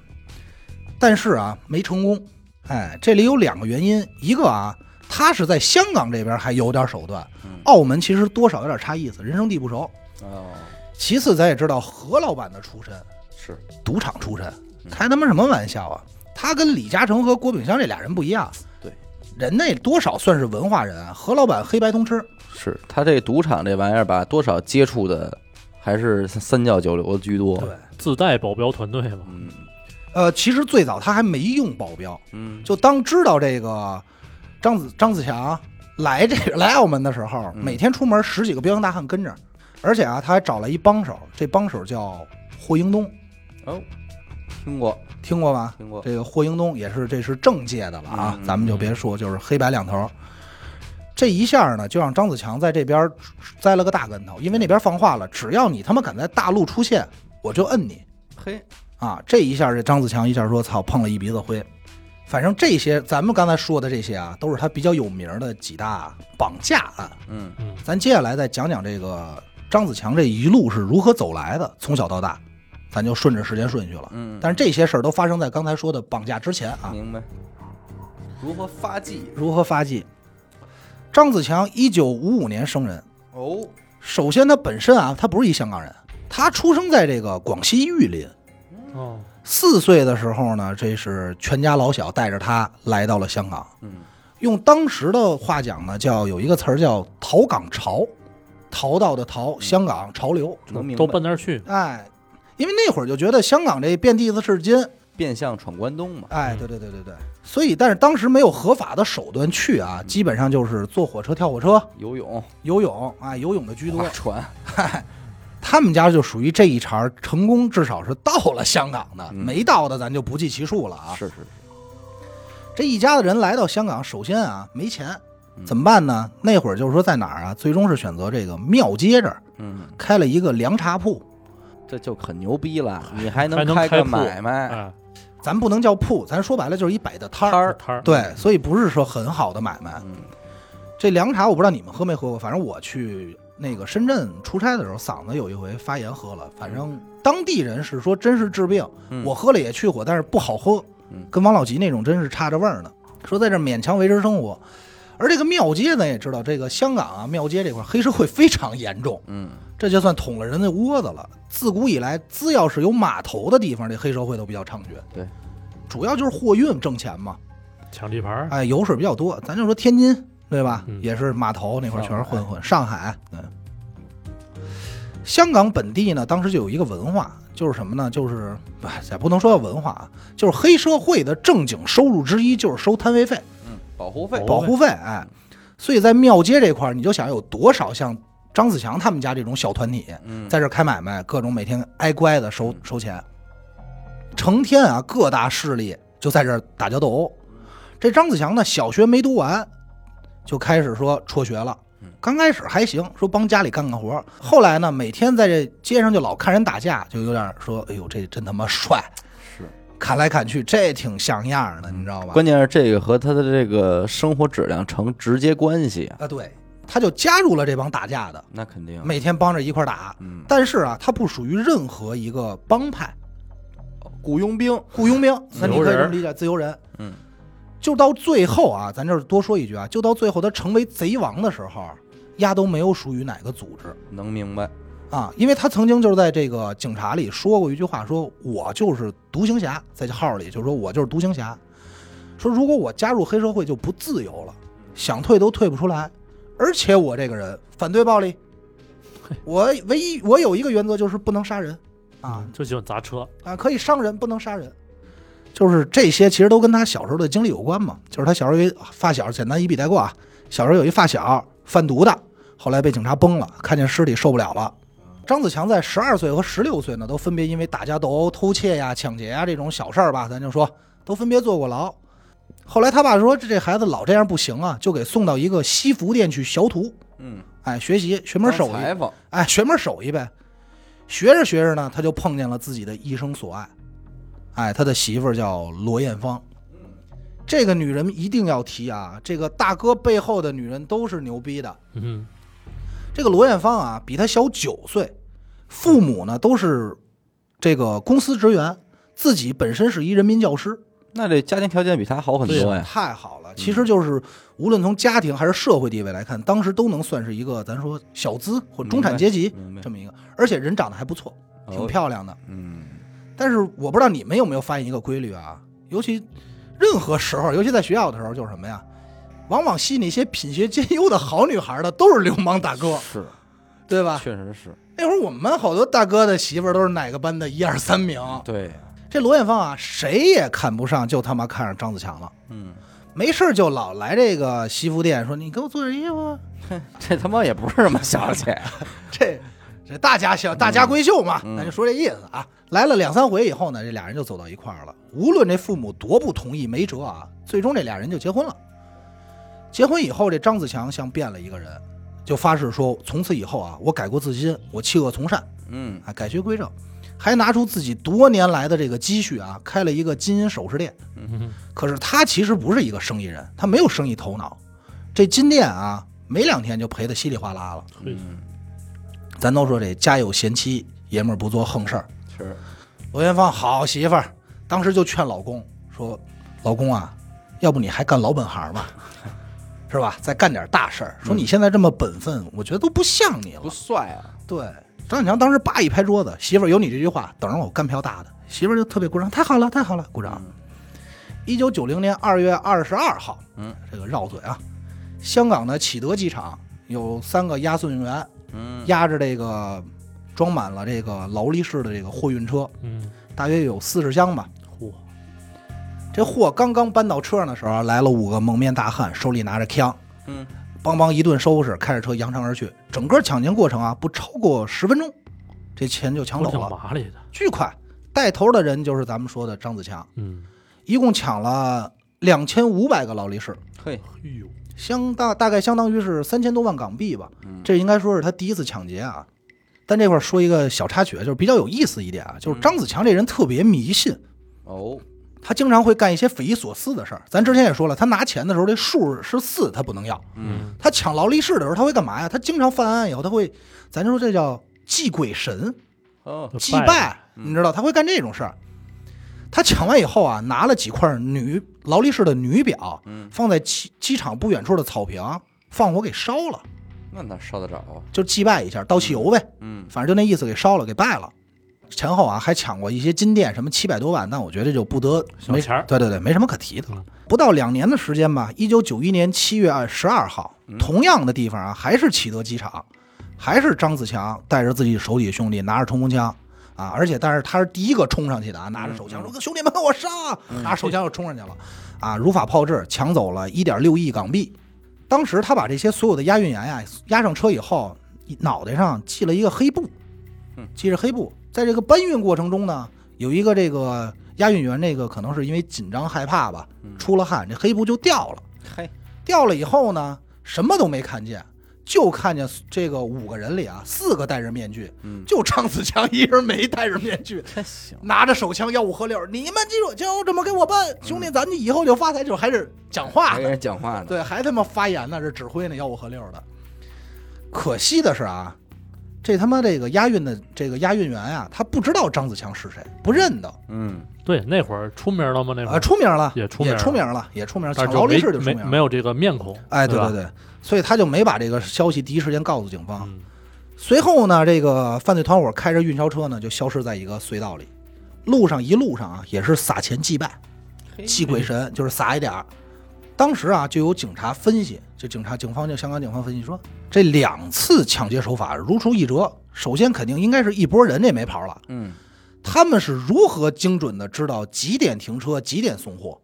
Speaker 2: 但是啊，没成功。哎，这里有两个原因，一个啊，他是在香港这边还有点手段
Speaker 1: 嗯，
Speaker 2: 澳门其实多少有点差意思，人生地不熟。
Speaker 1: 哦，
Speaker 2: 其次，咱也知道何老板的出身，
Speaker 1: 是，
Speaker 2: 赌场出身，
Speaker 1: 嗯
Speaker 2: 开他妈什么玩笑啊！他跟李嘉诚和郭炳湘这俩人不一样，
Speaker 1: 对，
Speaker 2: 人那多少算是文化人啊。何老板黑白通吃，
Speaker 1: 是他这赌场这玩意儿吧，多少接触的还是三教九流的居多，
Speaker 2: 对，
Speaker 3: 自带保镖团队嘛，
Speaker 1: 嗯
Speaker 2: 呃，其实最早他还没用保镖，
Speaker 1: 嗯，
Speaker 2: 就当知道这个张子张子强来这个来澳门的时候，
Speaker 1: 嗯
Speaker 2: 每天出门十几个彪形大汉跟着，而且啊，他还找了一帮手，这帮手叫霍英东，
Speaker 1: 哦，听过
Speaker 2: 听过吧？
Speaker 1: 听过，
Speaker 2: 这个霍英东也是这是政界的了啊，
Speaker 1: 嗯
Speaker 2: 咱们就别说，就是黑白两头。这一下呢，就让张子强在这边栽了个大跟头，因为那边放话了，只要你他妈敢在大陆出现，我就摁你
Speaker 1: 嘿，
Speaker 2: 啊！这一下，这张子强一下说：“操，碰了一鼻子灰。”反正这些咱们刚才说的这些啊，都是他比较有名的几大绑架案。
Speaker 1: 嗯
Speaker 3: 嗯，
Speaker 2: 咱接下来再讲讲这个张子强这一路是如何走来的，从小到大，咱就顺着时间顺序了。
Speaker 1: 嗯，
Speaker 2: 但是这些事儿都发生在刚才说的绑架之前啊。
Speaker 1: 明白，如何发迹？
Speaker 2: 如何发迹？张子强一九五五年生人，
Speaker 1: 哦，
Speaker 2: 首先他本身啊，他不是一香港人，他出生在这个广西玉林。
Speaker 3: 哦，
Speaker 2: 四岁的时候呢，这是全家老小带着他来到了香港。
Speaker 1: 嗯
Speaker 2: 用当时的话讲呢，叫有一个词儿叫“逃港潮”，逃到的逃，
Speaker 1: 嗯
Speaker 2: 香港潮流。
Speaker 1: 能明白
Speaker 3: 都奔那儿去，
Speaker 2: 哎，因为那会儿就觉得香港这遍地子是金。
Speaker 1: 变相闯关东嘛，
Speaker 2: 哎，
Speaker 3: 嗯
Speaker 2: 对对对对对。所以，但是当时没有合法的手段去
Speaker 1: 嗯
Speaker 2: 啊，基本上就是坐火车、跳火车、
Speaker 1: 游泳、
Speaker 2: 游泳啊、哎，游泳的居多
Speaker 1: 划。船，
Speaker 2: 他们家就属于这一茬儿成功，至少是到了香港的，
Speaker 1: 嗯
Speaker 2: 没到的咱就不计其数了啊。
Speaker 1: 是是是，
Speaker 2: 这一家子人来到香港，首先啊没钱
Speaker 1: 嗯，
Speaker 2: 怎么办呢？那会儿就是说在哪儿啊，最终是选择这个庙街这儿
Speaker 1: 嗯
Speaker 2: 开了一个凉茶铺，
Speaker 1: 这就很牛逼了，你还
Speaker 3: 还
Speaker 1: 能
Speaker 3: 能
Speaker 1: 开啊
Speaker 3: 开
Speaker 1: 个
Speaker 3: 铺
Speaker 1: 买卖
Speaker 3: 哎，
Speaker 2: 咱不能叫铺，咱说白了就是一摆的摊
Speaker 1: 摊
Speaker 2: 儿。
Speaker 1: 儿，
Speaker 3: 摊儿，
Speaker 2: 对，所以不是说很好的买卖。
Speaker 1: 嗯
Speaker 2: 这凉茶我不知道你们喝没喝过，反正我去那个深圳出差的时候，嗓子有一回发炎喝了，反正当地人是说真是治病，
Speaker 1: 嗯
Speaker 2: 我喝了也去火，但是不好喝
Speaker 1: 嗯，
Speaker 2: 跟王老吉那种真是差着味儿呢。说在这勉强维持生活，而这个庙街咱也知道，这个香港啊庙街这块儿黑社会非常严重，
Speaker 1: 嗯
Speaker 2: 这就算捅了人的窝子了。自古以来，只要是有码头的地方，这黑社会都比较猖獗。
Speaker 1: 对，
Speaker 2: 主要就是货运挣钱嘛。
Speaker 3: 抢地盘儿，
Speaker 2: 哎，油水比较多。咱就说天津，对吧？
Speaker 3: 嗯
Speaker 2: 也是码头那块儿全是混混，上海，嗯。香港本地呢，当时就有一个文化，就是什么呢？就是哎，也不能说叫文化啊，就是黑社会的正经收入之一就是收摊位费、
Speaker 1: 嗯，保护费，
Speaker 2: 保护费。哎，
Speaker 1: 嗯
Speaker 2: 所以在庙街这块儿，你就想有多少像张子强他们家这种小团体，
Speaker 1: 嗯，
Speaker 2: 在这儿开买卖，各种每天挨乖的收收钱，成天啊各大势力就在这儿打架斗殴。这张子强呢，小学没读完，就开始说辍学了
Speaker 1: 嗯。
Speaker 2: 刚开始还行，说帮家里干干活儿。后来呢，每天在这街上就老看人打架，就有点说：“哎呦，这真他妈帅！”
Speaker 1: 是，
Speaker 2: 砍来砍去，这挺像样儿的，你知道吧？
Speaker 1: 嗯关键是这个和他的这个生活质量成直接关系啊，
Speaker 2: 啊，对，他就加入了这帮打架的，
Speaker 1: 那肯
Speaker 3: 嗯
Speaker 1: 定，
Speaker 2: 每天帮着一块儿打。
Speaker 1: 嗯，
Speaker 2: 但是啊，他不属于任何一个帮派，
Speaker 1: 雇佣兵，
Speaker 2: 雇佣兵，那你
Speaker 3: 嗯自由
Speaker 2: 可以
Speaker 3: 人
Speaker 2: 这么理解，自由人。
Speaker 1: 嗯，
Speaker 2: 就到最后啊，咱这儿多说一句啊，就到最后他成为贼王的时候，丫都没有属于哪个组织
Speaker 1: 能明白，
Speaker 2: 啊，因为他曾经就是在这个警察里说过一句话，说我就是独行侠，在这号里就说我就是独行侠，说如果我加入黑社会就不自由了，想退都退不出来，而且我这个人反对暴力，我唯一我有一个原则就是不能杀人啊，
Speaker 3: 嗯就喜欢砸车，
Speaker 2: 啊，可以伤人，不能杀人。就是这些，其实都跟他小时候的经历有关嘛。就是他小时候有一发小，简单一笔带过啊。小时候有一发小贩毒的，后来被警察崩了，看见尸体受不了了。张子强在十二岁和十六岁呢，都分别因为打架斗殴、偷窃呀、抢劫呀这种小事儿吧，咱就说都分别坐过牢。后来他爸说这这孩子老这样不行啊，就给送到一个西服店去学徒，
Speaker 1: 嗯，
Speaker 2: 哎，学习学门手艺。
Speaker 1: 裁缝，
Speaker 2: 哎，学门手艺呗。学着学着呢，他就碰见了自己的一生所爱，哎，他的媳妇儿叫罗艳芳。这个女人一定要提啊，这个大哥背后的女人都是牛逼的。
Speaker 3: 嗯，
Speaker 2: 这个罗艳芳啊，比他小九岁，父母呢都是这个公司职员，自己本身是一人民教师，
Speaker 1: 那这家庭条件比他好很多呀，
Speaker 2: 太好了。
Speaker 1: 嗯
Speaker 2: 其实就是无论从家庭还是社会地位来看，当时都能算是一个咱说小资或中产阶级
Speaker 1: 明白，
Speaker 2: 这么一个，而且人长得还不错，挺
Speaker 1: 哦
Speaker 2: 漂亮的。
Speaker 1: 嗯，
Speaker 2: 但是我不知道你们有没有发现一个规律啊，尤其任何时候，尤其在学校的时候，就是什么呀？往往吸引一些品学兼优的好女孩的都是流氓大
Speaker 1: [laughs]
Speaker 2: 哥，
Speaker 1: 是，
Speaker 2: 对吧？
Speaker 1: 确实是，
Speaker 2: 那会儿我们班好多大哥的媳妇儿都是哪个班的一二三名。
Speaker 1: 对，
Speaker 2: 这罗艳芳啊，谁也看不上，就他妈看上张子强了。
Speaker 1: 嗯，
Speaker 2: 没事儿就老来这个西服店说：“你给我做件衣服啊。
Speaker 1: 这他妈也不是什么小姐，
Speaker 2: [laughs] 这”这大家小大家闺秀嘛，
Speaker 1: 嗯
Speaker 2: 咱就说这意思啊。来了两三回以后呢，这俩人就走到一块儿了。无论这父母多不同意，没辙啊，最终这俩人就结婚了。结婚以后，这张子强像变了一个人，就发誓说：“从此以后啊，我改过自新，我弃恶从善。”
Speaker 1: 嗯，
Speaker 2: 啊，改邪归正，还拿出自己多年来的这个积蓄啊，开了一个金银首饰店。
Speaker 3: 嗯
Speaker 2: 可是他其实不是一个生意人，他没有生意头脑。这金店啊，没两天就赔得稀里哗啦了。
Speaker 3: 嘿
Speaker 1: 嗯，
Speaker 2: 咱都说这家有贤妻，爷们儿不做横事儿。
Speaker 1: 是，
Speaker 2: 罗元芳好媳妇儿，当时就劝老公说：“老公啊，要不你还干老本行吧， [laughs] 是吧？再干点大事儿。说你现在这么本分，我觉得都不像你了
Speaker 1: 嗯不。帅啊，
Speaker 2: 对，张小强当时叭一拍桌子，媳妇儿有你这句话，等着我干票大的。媳妇儿就特别鼓掌，太好了，太好了，鼓掌。一九九零年二月二十二号，
Speaker 1: 嗯，
Speaker 2: 这个绕嘴啊，香港的启德机场有三个押运员
Speaker 1: 嗯，
Speaker 2: 押着这个装满了这个劳力士的这个货运车，
Speaker 3: 嗯，
Speaker 2: 大约有四十箱吧。
Speaker 3: 嚯，
Speaker 2: 这货刚刚搬到车上的时候，来了五个蒙面大汉，手里拿着枪，
Speaker 1: 嗯，
Speaker 2: 邦邦一顿收拾，开着车扬长而去。整个抢劫过程啊，不超过十分钟，这钱就抢
Speaker 3: 都
Speaker 2: 走
Speaker 3: 挺
Speaker 2: 了，
Speaker 3: 麻利的，
Speaker 2: 巨快。带头的人就是咱们说的张子强，
Speaker 3: 嗯，
Speaker 2: 一共抢了两千五百个劳力士，
Speaker 1: 嘿，
Speaker 3: 哎呦，
Speaker 2: 相当大概相当于是三千多万港币吧
Speaker 1: 嗯。
Speaker 2: 这应该说是他第一次抢劫啊。但这块儿说一个小插曲，就是比较有意思一点啊，
Speaker 1: 嗯
Speaker 2: 就是张子强这人特别迷信，
Speaker 1: 哦，
Speaker 2: 他经常会干一些匪夷所思的事儿。咱之前也说了，他拿钱的时候这数是四，他不能要；
Speaker 1: 嗯，
Speaker 2: 他抢劳力士的时候，他会干嘛呀？他经常犯案以后，他会，咱说这叫祭鬼神、
Speaker 1: 哦，
Speaker 2: 祭
Speaker 3: 拜
Speaker 2: 拜，
Speaker 1: 嗯
Speaker 2: 你知道他会干这种事儿。他抢完以后啊，拿了几块女劳力士的女表，
Speaker 1: 嗯
Speaker 2: 放在机机场不远处的草坪，放火给烧了，
Speaker 1: 那哪烧得着啊？
Speaker 2: 就祭拜一下，倒汽油呗。
Speaker 1: 嗯
Speaker 2: 反正就那意思给烧了，给败了。前后啊还抢过一些金店，什么七百多万，但我觉得就不得
Speaker 3: 小
Speaker 2: 没
Speaker 3: 钱儿
Speaker 2: 对对对，没什么可提的了
Speaker 3: 嗯。
Speaker 2: 不到两年的时间吧，一九九一年七月二十二号，
Speaker 3: 嗯
Speaker 2: 同样的地方啊，还是启德机场，还是张子强带着自己手底下兄弟拿着冲锋枪。啊！而且，但是他是第一个冲上去的啊，拿着手枪说：“兄弟们，我上！”
Speaker 1: 嗯
Speaker 2: 拿着手枪就冲上去了，啊，如法炮制，抢走了一点六亿港币。当时他把这些所有的押运员呀押上车以后，脑袋上系了一个黑布
Speaker 1: 嗯，
Speaker 2: 系着黑布。在这个搬运过程中呢，有一个这个押运员，这个可能是因为紧张害怕吧
Speaker 1: 嗯，
Speaker 2: 出了汗，这黑布就掉了。
Speaker 1: 嘿，
Speaker 2: 掉了以后呢，什么都没看见，就看见这个五个人里啊，四个戴着面具，
Speaker 1: 嗯，
Speaker 2: 就张子强一人没戴着面具，
Speaker 1: 真行，
Speaker 2: 拿着手枪吆五喝六，你们记住就这么给我办，兄弟，咱以后就发财，就还是讲话
Speaker 1: 还
Speaker 2: 呢
Speaker 1: 给人讲话呢，
Speaker 2: 对，还他妈发言呢，这指挥呢，吆五喝六的。可惜的是啊，这他妈这个押运的这个押运员啊，他不知道张子强是谁，不认得
Speaker 1: 嗯，
Speaker 3: 对，那会儿出名了吗？那会
Speaker 2: 啊，
Speaker 3: 儿，
Speaker 2: 出名啊了，
Speaker 3: 哎也出
Speaker 2: 也
Speaker 3: 名
Speaker 2: 出名了，也出名了，
Speaker 3: 但
Speaker 2: 抢
Speaker 3: 是
Speaker 2: 劳
Speaker 3: 就
Speaker 2: 力士就出
Speaker 3: 没
Speaker 2: 名
Speaker 3: 没
Speaker 2: 了。
Speaker 3: 没有这个面孔，
Speaker 2: 哎，对
Speaker 3: 吧
Speaker 2: 对，对，所以他就没把这个消息第一时间告诉警方。
Speaker 3: 嗯，
Speaker 2: 随后呢，这个犯罪团伙开着运钞车呢，就消失在一个隧道里。路上一路上啊，也是撒钱祭拜，
Speaker 3: 哎
Speaker 1: 嘿
Speaker 2: 祭鬼神，就是撒一点儿。当时啊，就有警察分析，就警察警方就香港警方分析说，这两次抢劫手法如出一辙。首先，肯定应该是一拨人这没跑了，
Speaker 1: 嗯，
Speaker 2: 他们是如何精准的知道几点停车、几点送货，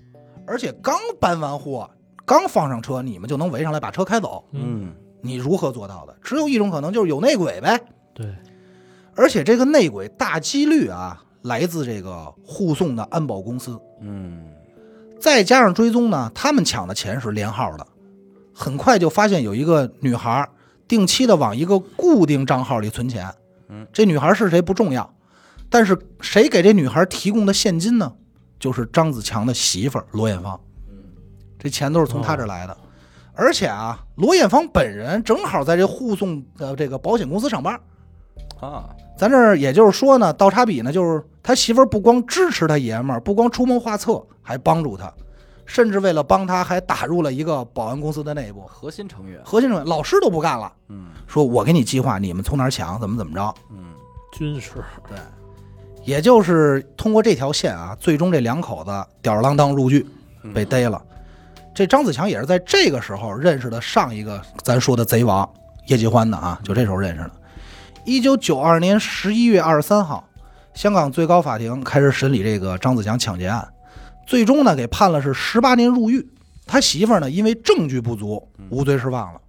Speaker 2: 而且刚搬完货、刚放上车，你们就能围上来把车开走，
Speaker 1: 嗯，
Speaker 2: 你如何做到的？只有一种可能，就是有内鬼呗。
Speaker 3: 对，
Speaker 2: 而且这个内鬼大几率啊来自这个护送的安保公司，
Speaker 1: 嗯，
Speaker 2: 再加上追踪呢，他们抢的钱是连号的，很快就发现有一个女孩定期的往一个固定账号里存钱。
Speaker 1: 嗯，
Speaker 2: 这女孩是谁不重要，但是谁给这女孩提供的现金呢？就是张子强的媳妇儿罗艳芳。这钱都是从他这儿来的。而且啊，罗艳芳本人正好在这护送的这个保险公司上班，
Speaker 1: 啊，
Speaker 2: 咱这儿也就是说呢，倒插笔呢，就是他媳妇儿不光支持他爷们儿，不光出谋划策，还帮助他，甚至为了帮他还打入了一个保安公司的内部。
Speaker 1: 核心成员，
Speaker 2: 核心成员老师都不干了，
Speaker 1: 嗯
Speaker 2: 说我给你计划，你们从哪儿抢，怎么怎么着。
Speaker 1: 嗯，
Speaker 3: 军事，
Speaker 2: 也就是通过这条线啊，最终这两口子吊儿郎当入狱，
Speaker 1: 嗯
Speaker 2: 被逮了。这张子强也是在这个时候认识的上一个咱说的贼王叶继欢的啊，就这时候认识的。一九九二年十一月二十三号，香港最高法庭开始审理这个张子强抢劫案，最终呢给判了是十八年入狱。他媳妇儿呢因为证据不足，无罪释放了。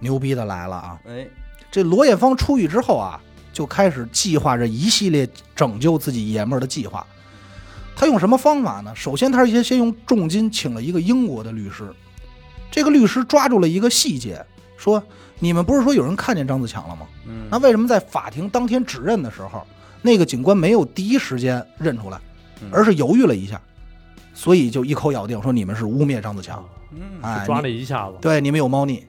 Speaker 2: 牛逼的来了啊！
Speaker 1: 哎，
Speaker 2: 这罗艳芳出狱之后啊，就开始计划着一系列拯救自己爷们儿的计划。他用什么方法呢？首先，他是先先用重金请了一个英国的律师。这个律师抓住了一个细节，说：“你们不是说有人看见张子强了吗？
Speaker 1: 嗯，
Speaker 2: 那为什么在法庭当天指认的时候，那个警官没有第一时间认出来
Speaker 1: 嗯，
Speaker 2: 而是犹豫了一下？所以就一口咬定说你们是污蔑张子强。
Speaker 1: 嗯
Speaker 2: 哎，
Speaker 3: 啊抓
Speaker 2: 你
Speaker 3: 了一下子，
Speaker 2: 对，你们有猫腻。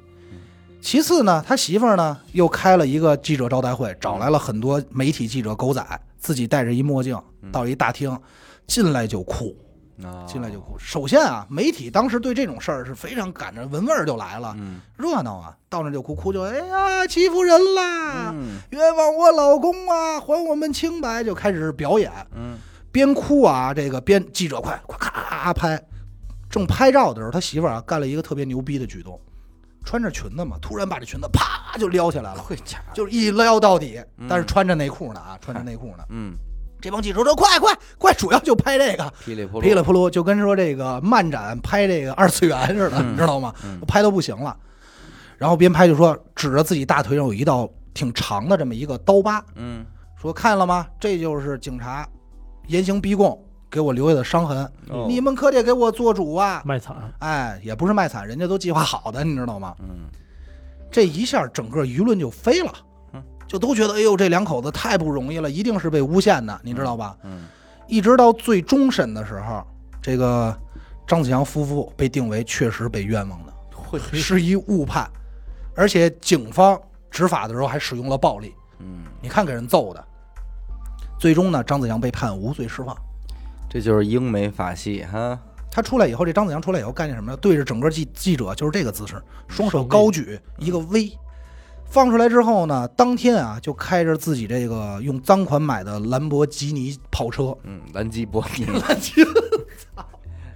Speaker 2: 其次呢，他媳妇儿呢又开了一个记者招待会，找来了很多媒体记者狗仔，自己戴着一墨镜到一大厅，进来就哭，
Speaker 1: 啊，
Speaker 2: 进来就哭。首先啊，媒体当时对这种事儿是非常赶着闻味儿就来了，
Speaker 1: 嗯，
Speaker 2: 热闹啊，到那就哭，哭就哎呀欺负人啦，
Speaker 1: 嗯
Speaker 2: 冤枉我老公啊，还我们清白，就开始表演。
Speaker 1: 嗯，
Speaker 2: 边哭啊，这个边记者快快咔拍，正拍照的时候，他媳妇儿啊干了一个特别牛逼的举动，穿着裙子嘛，突然把这裙子啪就撩起来了，
Speaker 1: [laughs] 会假，
Speaker 2: 就是一撩到底
Speaker 1: 嗯，
Speaker 2: 但是穿着内裤
Speaker 1: [laughs]
Speaker 2: 呢啊，穿着内裤呢。
Speaker 1: 嗯，
Speaker 2: 这帮记者说快快快，主要就拍这个，
Speaker 1: 噼里扑噜，
Speaker 2: 噼里扑噜，就跟说这个漫展拍这个二次元似的，
Speaker 1: 嗯
Speaker 2: 你知道吗
Speaker 1: 嗯？
Speaker 2: 拍都不行了，然后边拍就说指着自己大腿上有一道挺长的这么一个刀疤，
Speaker 1: 嗯，
Speaker 2: 说看了吗？这就是警察严刑逼供给我留下的伤痕，
Speaker 1: 哦
Speaker 2: 你们可得给我做主啊！
Speaker 3: 卖惨，
Speaker 2: 哎，也不是卖惨，人家都计划好的，你知道吗？
Speaker 1: 嗯
Speaker 2: 这一下整个舆论就飞了
Speaker 1: 嗯。
Speaker 2: 就都觉得哎呦这两口子太不容易了，一定是被诬陷的，你知道吧？
Speaker 1: 嗯
Speaker 2: 一直到最终审的时候，这个张子强夫妇被定为确实被冤枉的，
Speaker 3: 会
Speaker 2: 是一误判，而且警方执法的时候还使用了暴力，
Speaker 1: 嗯，
Speaker 2: 你看给人揍的。最终呢，张子强被判无罪释放。
Speaker 1: 这就是英美法系哈，
Speaker 2: 他出来以后，这张子强出来以后干些什么呢？对着整个记记者就是这个姿势，双手高举
Speaker 3: 嗯
Speaker 2: 一个 V。放出来之后呢，当天啊就开着自己这个用赃款买的兰博基尼跑车，
Speaker 1: 嗯，兰基博尼，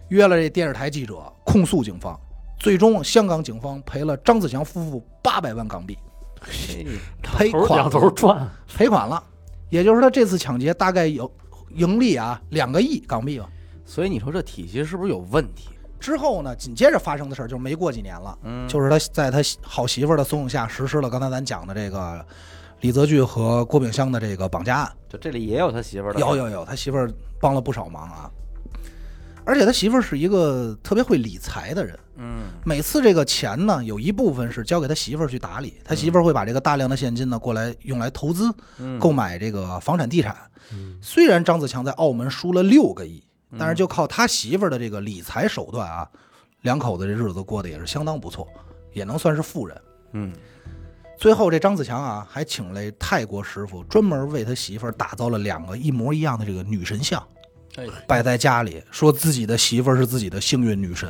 Speaker 2: 约了这电视台记者控诉警方。最终，香港警方赔了张子强夫妇八百万港币，
Speaker 1: 嘿
Speaker 2: 赔
Speaker 3: 头
Speaker 2: 款
Speaker 3: 两头转，
Speaker 2: 赔款了。也就是说，他这次抢劫大概有盈利啊两个亿港币吧。
Speaker 1: 所以你说这体系是不是有问题？
Speaker 2: 之后呢，紧接着发生的事儿就是没过几年了，
Speaker 1: 嗯，
Speaker 2: 就是他在他好媳妇儿的怂恿下实施了刚才咱讲的这个李泽钜和郭炳湘的这个绑架案。
Speaker 1: 就这里也有他媳妇儿的，
Speaker 2: 有有有，他媳妇儿帮了不少忙啊。而且他媳妇儿是一个特别会理财的人，
Speaker 1: 嗯，
Speaker 2: 每次这个钱呢，有一部分是交给他媳妇儿去打理，他媳妇儿会把这个大量的现金呢过来用来投资，
Speaker 1: 嗯
Speaker 2: 购买这个房产地产。
Speaker 3: 嗯，
Speaker 2: 虽然张子强在澳门输了六个亿，
Speaker 1: 嗯
Speaker 2: 但是就靠他媳妇儿的这个理财手段啊，两口子这日子过得也是相当不错，也能算是富人。
Speaker 1: 嗯，
Speaker 2: 最后这张子强啊，还请来泰国师傅专门为他媳妇儿打造了两个一模一样的这个女神像，
Speaker 1: 哎，
Speaker 2: 摆在家里，说自己的媳妇儿是自己的幸运女神。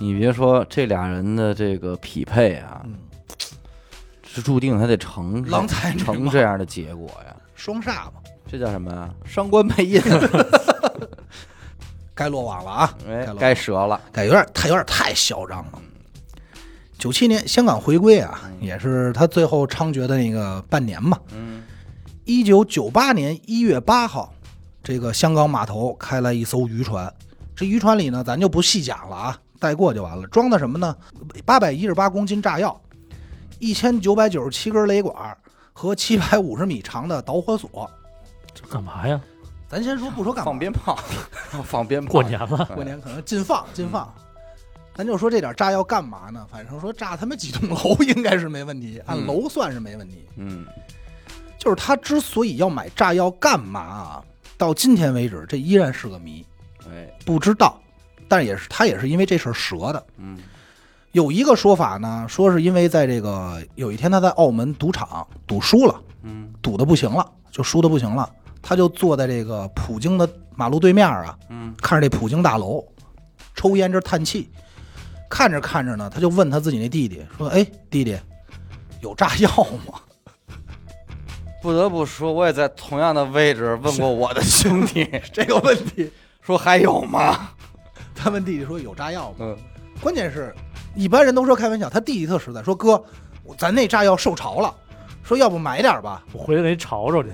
Speaker 1: 你别说这俩人的这个匹配啊，
Speaker 2: 嗯
Speaker 1: 是注定他得成
Speaker 2: 郎才女貌
Speaker 1: 成这样的结果呀。
Speaker 2: [laughs] 双煞嘛，
Speaker 1: 这叫什么啊呀？伤官配印，
Speaker 2: 该落网了啊，
Speaker 1: [laughs] 哎
Speaker 2: 落，网
Speaker 1: 该折了。
Speaker 2: 改有点太有点太嚣张了。九七年香港回归啊，也是他最后猖獗的那个半年嘛。
Speaker 1: 嗯，
Speaker 2: 一九九八年一月八号，这个香港码头开来一艘渔船，这渔船里呢，咱就不细讲了啊，带过就完了。装的什么呢？八百一十八公斤炸药，一千九百九十七根雷管和七百五十米长的导火索。
Speaker 3: 这干嘛
Speaker 2: 哎
Speaker 3: 呀？
Speaker 2: 咱先说不说干嘛
Speaker 1: 放，鞭炮，放鞭炮。
Speaker 3: 过年
Speaker 1: 哎
Speaker 3: 了，
Speaker 2: 过年可能禁放禁放。咱就说这点炸药干嘛呢？反正说炸他妈几栋楼应该是没问题，按
Speaker 1: 嗯
Speaker 2: 楼算是没问题。
Speaker 1: 嗯，
Speaker 2: 就是他之所以要买炸药干嘛啊？到今天为止，这依然是个谜，
Speaker 1: 哎，
Speaker 2: 不知道。但也是他也是因为这事儿折的。
Speaker 1: 嗯
Speaker 2: 有一个说法呢，说是因为在这个有一天他在澳门赌场赌输了，
Speaker 1: 嗯
Speaker 2: 赌的不行了，就输的不行了，他就坐在这个普京的马路对面啊，
Speaker 1: 嗯，
Speaker 2: 看着这普京大楼，抽烟这叹气，看着看着呢，他就问他自己那弟弟说：“哎，弟弟，有炸药吗 [laughs]
Speaker 1: 不得不说，我也在同样的位置问过我的兄 [laughs] 弟，？”
Speaker 2: 这个问题，
Speaker 1: [laughs] 说还有吗？
Speaker 2: 他问弟弟说：“有炸药吗
Speaker 1: 嗯，？”
Speaker 2: 关键是，一般人都说开玩笑，他弟弟特实在，说：“哥，我咱那炸药受潮了，说要不买点吧，
Speaker 3: 我回去给你吵吵去。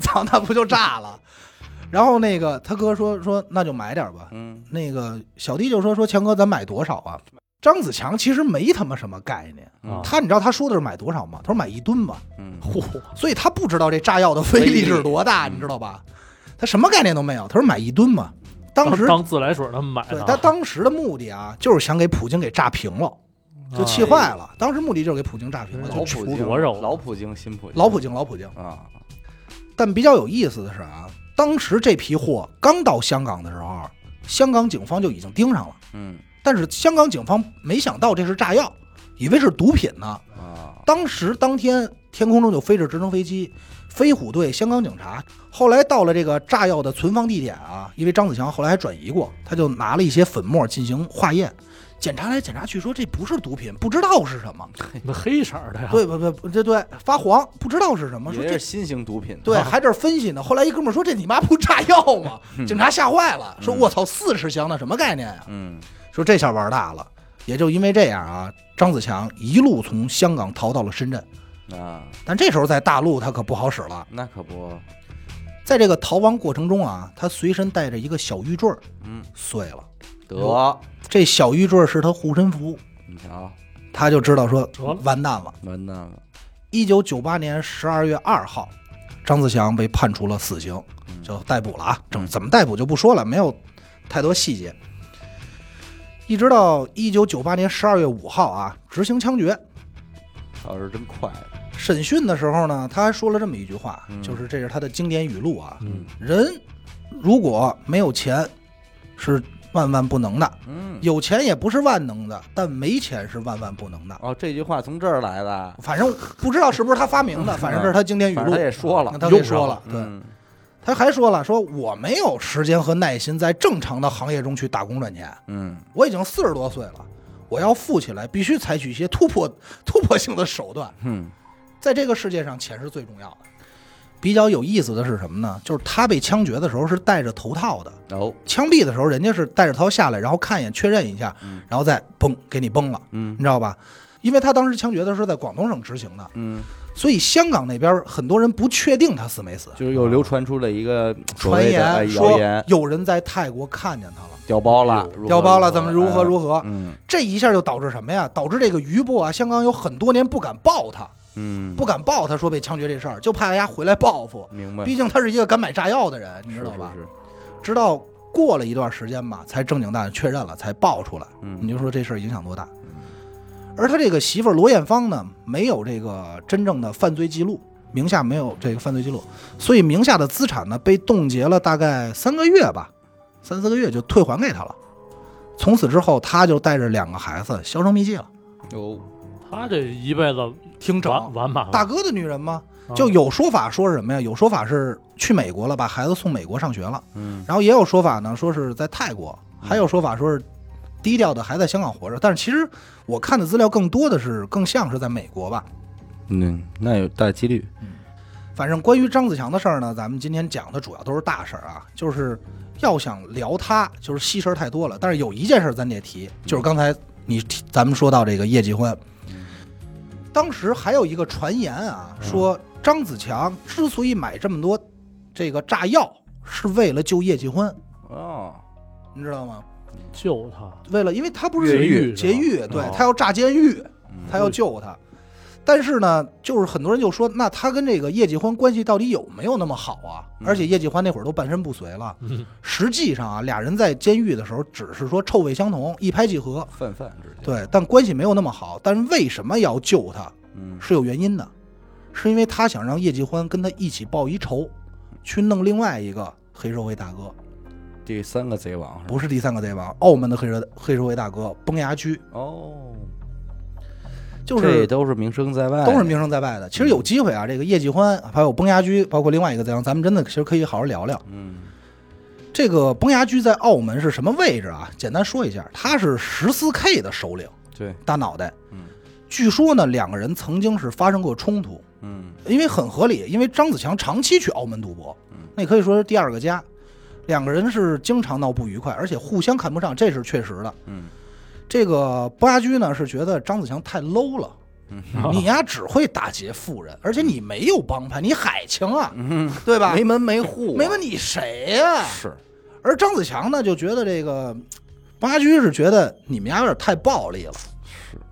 Speaker 2: 操，那不就炸了？” [laughs] 然后那个他哥说：“说那就买点吧。”
Speaker 1: 嗯，
Speaker 2: 那个小弟就说：“说强哥，咱买多少啊？”张子强其实没他妈什么概念，
Speaker 3: 啊
Speaker 2: 他你知道他说的是买多少吗？他说买一吨吧，
Speaker 1: 嗯，
Speaker 3: 嚯，
Speaker 2: 所以他不知道这炸药的威力是多大，
Speaker 1: 威力
Speaker 2: 你知道吧？他什么概念都没有，他说买一吨嘛。当时
Speaker 3: 当自来水他们买
Speaker 2: 对
Speaker 3: 的啊，
Speaker 2: 他当时的目的啊，就是想给普京给炸平了，就气
Speaker 1: 啊
Speaker 2: 坏了。当时目的就是给普京炸平了，
Speaker 1: 老
Speaker 2: 就
Speaker 1: 普
Speaker 2: 出
Speaker 1: 京，
Speaker 3: 国肉
Speaker 1: 嗯老普京，新普京，
Speaker 2: 老普京，老普京。
Speaker 1: 啊，
Speaker 2: 但比较有意思的是啊，当时这批货刚到香港的时候，香港警方就已经盯上了。
Speaker 1: 嗯
Speaker 2: 但是香港警方没想到这是炸药，以为是毒品呢。
Speaker 1: 啊，
Speaker 2: 当时当天天空中就飞着直升飞机，飞虎队、香港警察。后来到了这个炸药的存放地点啊，因为张子强后来还转移过，他就拿了一些粉末进行化验，检查来检查去，说这不是毒品，不知道是什么。
Speaker 1: 哎
Speaker 3: 那黑色儿的呀，
Speaker 2: 对不不不，这对发黄，不知道是什么。说
Speaker 1: 也
Speaker 2: 这
Speaker 1: 是啊新型毒品，
Speaker 2: 对，还这分析呢。后来一哥们儿说：“这你妈不炸药吗？”警察吓坏了，说：“
Speaker 1: 嗯
Speaker 2: 我操，四十箱那什么概念啊呀、
Speaker 1: 嗯，
Speaker 2: 说这下玩大了。也就因为这样啊，张子强一路从香港逃到了深圳，
Speaker 1: 啊，
Speaker 2: 但这时候在大陆他可不好使了。
Speaker 1: 那可不，
Speaker 2: 在这个逃亡过程中啊，他随身带着一个小玉坠儿，
Speaker 1: 嗯，
Speaker 2: 碎了。
Speaker 1: 得，
Speaker 2: 这小玉坠儿是他护身符，
Speaker 1: 你瞧，
Speaker 2: 他就知道说
Speaker 3: 折了
Speaker 2: 完蛋了。
Speaker 1: 完蛋了，
Speaker 2: 一九九八年十二月二号，张子强被判处了死刑，
Speaker 3: 嗯
Speaker 2: 就逮捕了啊。怎怎么逮捕就不说了，没有太多细节。一直到一九九八年十二月五号啊，执行枪决。
Speaker 1: 倒是真快，
Speaker 2: 审讯的时候呢，他还说了这么一句话，
Speaker 1: 嗯
Speaker 2: 就是这是他的经典语录啊：
Speaker 3: 嗯
Speaker 2: 人如果没有钱，是万万不能的；
Speaker 1: 嗯，
Speaker 2: 有钱也不是万能的，但没钱是万万不能的。
Speaker 1: 哦，这句话从这儿来的，
Speaker 2: 反正不知道是不是他发明的，反正这是他经典语
Speaker 1: 嗯反
Speaker 2: 录
Speaker 1: 正他。也说了
Speaker 2: 那，他也
Speaker 3: 用
Speaker 2: 说
Speaker 3: 上
Speaker 2: 了，对，
Speaker 1: 嗯
Speaker 2: 他还说了，说我没有时间和耐心在正常的行业中去打工赚钱，
Speaker 1: 嗯
Speaker 2: 我已经四十多岁了，我要富起来，必须采取一些突破 [laughs] 突破性的手段。
Speaker 1: 嗯
Speaker 2: 在这个世界上，钱是最重要的。比较有意思的是什么呢？就是他被枪决的时候是戴着头套的，
Speaker 1: 哦
Speaker 2: 枪毙的时候人家是戴着头下来，然后看一眼确认一下
Speaker 1: 嗯，
Speaker 2: 然后再嘣给你崩了，
Speaker 1: 嗯
Speaker 2: 你知道吧？因为他当时枪决的是在广东省执行的，
Speaker 1: 嗯，
Speaker 2: 所以香港那边很多人不确定他死没死。
Speaker 1: 就是又流传出了一个所
Speaker 2: 传
Speaker 1: 谓的哎
Speaker 2: 言
Speaker 1: 谣
Speaker 2: 说
Speaker 1: 啊言，
Speaker 2: 有人在泰国看见他了，
Speaker 1: 掉包了，如何
Speaker 2: 掉包了，怎么如何如何？
Speaker 1: 嗯
Speaker 2: 这一下就导致什么呀？导致这个余波啊，香港有很多年不敢报他，
Speaker 1: 嗯，
Speaker 2: 不敢报他说被枪决这事儿，就怕大家回来报复。
Speaker 1: 明白，
Speaker 2: 毕竟他是一个敢买炸药的人，你知道吧？
Speaker 1: 是是是
Speaker 2: 直到过了一段时间吧，才正经大确认了，才爆出来。你
Speaker 1: 嗯
Speaker 2: 就说这事儿影响多大？而他这个媳妇儿罗艳芳呢，没有这个真正的犯罪记录，名下没有这个犯罪记录，所以名下的资产呢被冻结了大概三个月吧，三四个月就退还给他了。从此之后，他就带着两个孩子销声匿迹了。
Speaker 1: 有
Speaker 3: 他这一辈子
Speaker 2: 听
Speaker 3: 完
Speaker 2: 整，
Speaker 3: 完满了，
Speaker 2: 大哥的女人吗？
Speaker 1: 嗯
Speaker 3: 啊
Speaker 2: 就有说法说是什么呀？有说法是去美国了，把孩子送美国上学了。
Speaker 1: 嗯
Speaker 2: 然后也有说法呢，说是在泰国，
Speaker 1: 嗯
Speaker 2: 还有说法说是低调的还在香港活着。但是其实我看的资料更多的是更像是在美国吧。
Speaker 1: 嗯，那有大几率，
Speaker 2: 反正关于张子强的事儿呢，咱们今天讲的主要都是大事儿啊，就是要想聊他，就是细事儿太多了。但是有一件事儿咱得提，就是刚才你提咱们说到这个叶继欢，当时还有一个传言啊，说张子强之所以买这么多这个炸药，是为了救叶继欢，
Speaker 1: 哦，
Speaker 2: 你知道吗？
Speaker 3: 救他，
Speaker 2: 为了，因为他不
Speaker 1: 越
Speaker 2: 是
Speaker 1: 狱
Speaker 3: 狱
Speaker 2: 劫狱，对
Speaker 3: 哦
Speaker 2: 他要炸监狱，
Speaker 1: 嗯
Speaker 2: 他要救他。但是呢，就是很多人就说，那他跟这个叶继欢关系到底有没有那么好啊？
Speaker 1: 嗯
Speaker 2: 而且叶继欢那会儿都半身不遂了。
Speaker 3: 嗯，
Speaker 2: 实际上啊，俩人在监狱的时候只是说臭味相同，一拍即合，
Speaker 1: 泛泛之间，，
Speaker 2: 对，但关系没有那么好。但是为什么要救他
Speaker 1: 嗯
Speaker 2: 是有原因的，是因为他想让叶继欢跟他一起报一仇，去弄另外一个黑社会大哥，
Speaker 1: 嗯第三个贼王是吧
Speaker 2: 不是第三个贼王，澳门的黑社黑社会大哥崩牙驹，
Speaker 1: 哦，
Speaker 2: 就
Speaker 1: 这
Speaker 2: 是
Speaker 1: 都是名声在外，
Speaker 2: 都是名声在外的。其实有机会啊，这个叶继欢，还有崩牙驹，包括另外一个贼王，咱们真的其实可以好好聊聊。
Speaker 1: 嗯
Speaker 2: 这个崩牙驹在澳门是什么位置啊？简单说一下，他是十四 K 的首领，
Speaker 1: 对，
Speaker 2: 大脑袋。
Speaker 1: 嗯
Speaker 2: 据说呢，两个人曾经是发生过冲突，
Speaker 1: 嗯
Speaker 2: 因为很合理，因为张子强长期去澳门赌博
Speaker 1: 嗯，
Speaker 2: 那可以说是第二个家。两个人是经常闹不愉快，而且互相看不上，这是确实的。
Speaker 1: 嗯
Speaker 2: 这个崩牙驹呢是觉得张子强太 low 了，
Speaker 1: 嗯
Speaker 2: 你呀只会打劫富人，而且你没有帮派，你海情啊，
Speaker 1: 嗯，
Speaker 2: 对吧？
Speaker 1: 没门没户啊，
Speaker 2: 没问你谁呀、
Speaker 1: 是，
Speaker 2: 而张子强呢，就觉得这个八驹是觉得你们家有点太暴力了，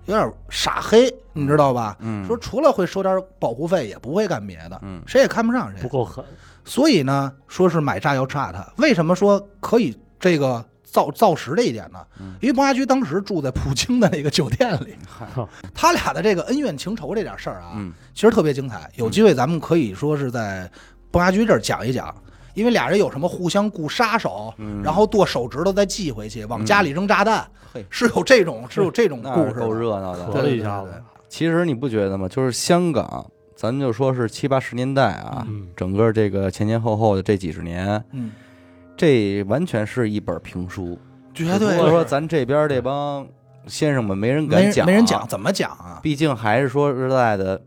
Speaker 2: 有点傻黑，你知道吧？
Speaker 1: 嗯，
Speaker 2: 说除了会收点保护费，也不会干别的，
Speaker 1: 嗯
Speaker 2: 谁也看不上
Speaker 3: 不
Speaker 2: 谁。
Speaker 3: 够狠，
Speaker 2: 所以呢，说是买炸药炸他，为什么说可以这个造造实这一点呢？
Speaker 1: 嗯
Speaker 2: 因为八驹当时住在普京的那个酒店里，
Speaker 1: 嗨，
Speaker 2: 他俩的这个恩怨情仇这点事儿啊，
Speaker 1: 嗯
Speaker 2: 其实特别精彩。有机会咱们可以说是在崩牙驹这儿讲一讲，因为俩人有什么互相雇杀手，
Speaker 1: 嗯
Speaker 2: 然后剁手指头再寄回去，往家里扔炸弹，
Speaker 1: 嘿嗯
Speaker 2: 是有这种是有这种
Speaker 1: 那
Speaker 2: 故
Speaker 1: 是
Speaker 2: 事
Speaker 1: 够
Speaker 2: 的。
Speaker 1: 热闹的，
Speaker 3: 合了一下
Speaker 2: 对对对
Speaker 3: 子，
Speaker 1: 其实你不觉得吗？就是香港，咱就说是七八十年代啊，
Speaker 3: [laughs] 嗯
Speaker 1: 整个这个前前后后的这几十年，
Speaker 2: 嗯，
Speaker 1: 这完全是一本评书。
Speaker 2: 绝
Speaker 1: 只
Speaker 2: 啊对
Speaker 1: 不过说
Speaker 2: 是
Speaker 1: 咱这边这帮先生们没人
Speaker 2: 没
Speaker 1: 敢
Speaker 2: 人
Speaker 1: 讲，
Speaker 2: 没人讲，，怎么讲啊？
Speaker 1: 毕竟还是说实在的，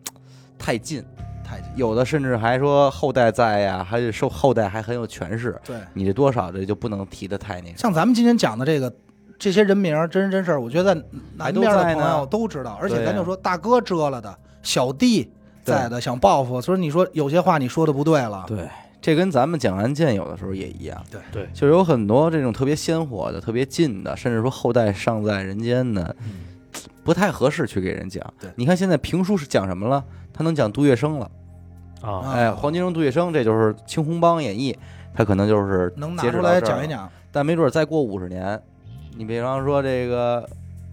Speaker 1: 太近，
Speaker 2: 太
Speaker 1: 有的甚至还说后代在呀，还得受后代还很有权势。
Speaker 2: 对，
Speaker 1: 你这多少这就不能提的太那啥，
Speaker 2: 像咱们今天讲的这个。这些人名儿真人真事儿，我觉得
Speaker 1: 还
Speaker 2: 南边
Speaker 1: 都
Speaker 2: 的
Speaker 1: 在
Speaker 2: 朋友
Speaker 1: 呢
Speaker 2: 都知道，而
Speaker 1: 对
Speaker 2: 且
Speaker 1: 呀
Speaker 2: 咱就说大哥折了的，小弟在的想报复，所以你说有些话你说的不对了，
Speaker 1: 对，这跟咱们讲案件有的时候也一样。
Speaker 2: 对
Speaker 3: 对
Speaker 1: 就是有很多这种特别鲜活的、特别近的，甚至说后代尚在人间的，
Speaker 2: 嗯
Speaker 1: 不太合适去给人讲。
Speaker 2: 对
Speaker 1: 你看现在评书是讲什么了？他能讲杜月笙了，
Speaker 3: 啊，
Speaker 2: 啊
Speaker 1: 哎，黄金荣、杜月笙，这就是青红帮演义，他可能就是
Speaker 2: 能拿
Speaker 1: 截止
Speaker 2: 出
Speaker 1: 到
Speaker 2: 来
Speaker 1: 这儿
Speaker 2: 讲一
Speaker 1: 了。 [laughs]
Speaker 2: 讲。
Speaker 1: 但没准再过五十年，你比方说这个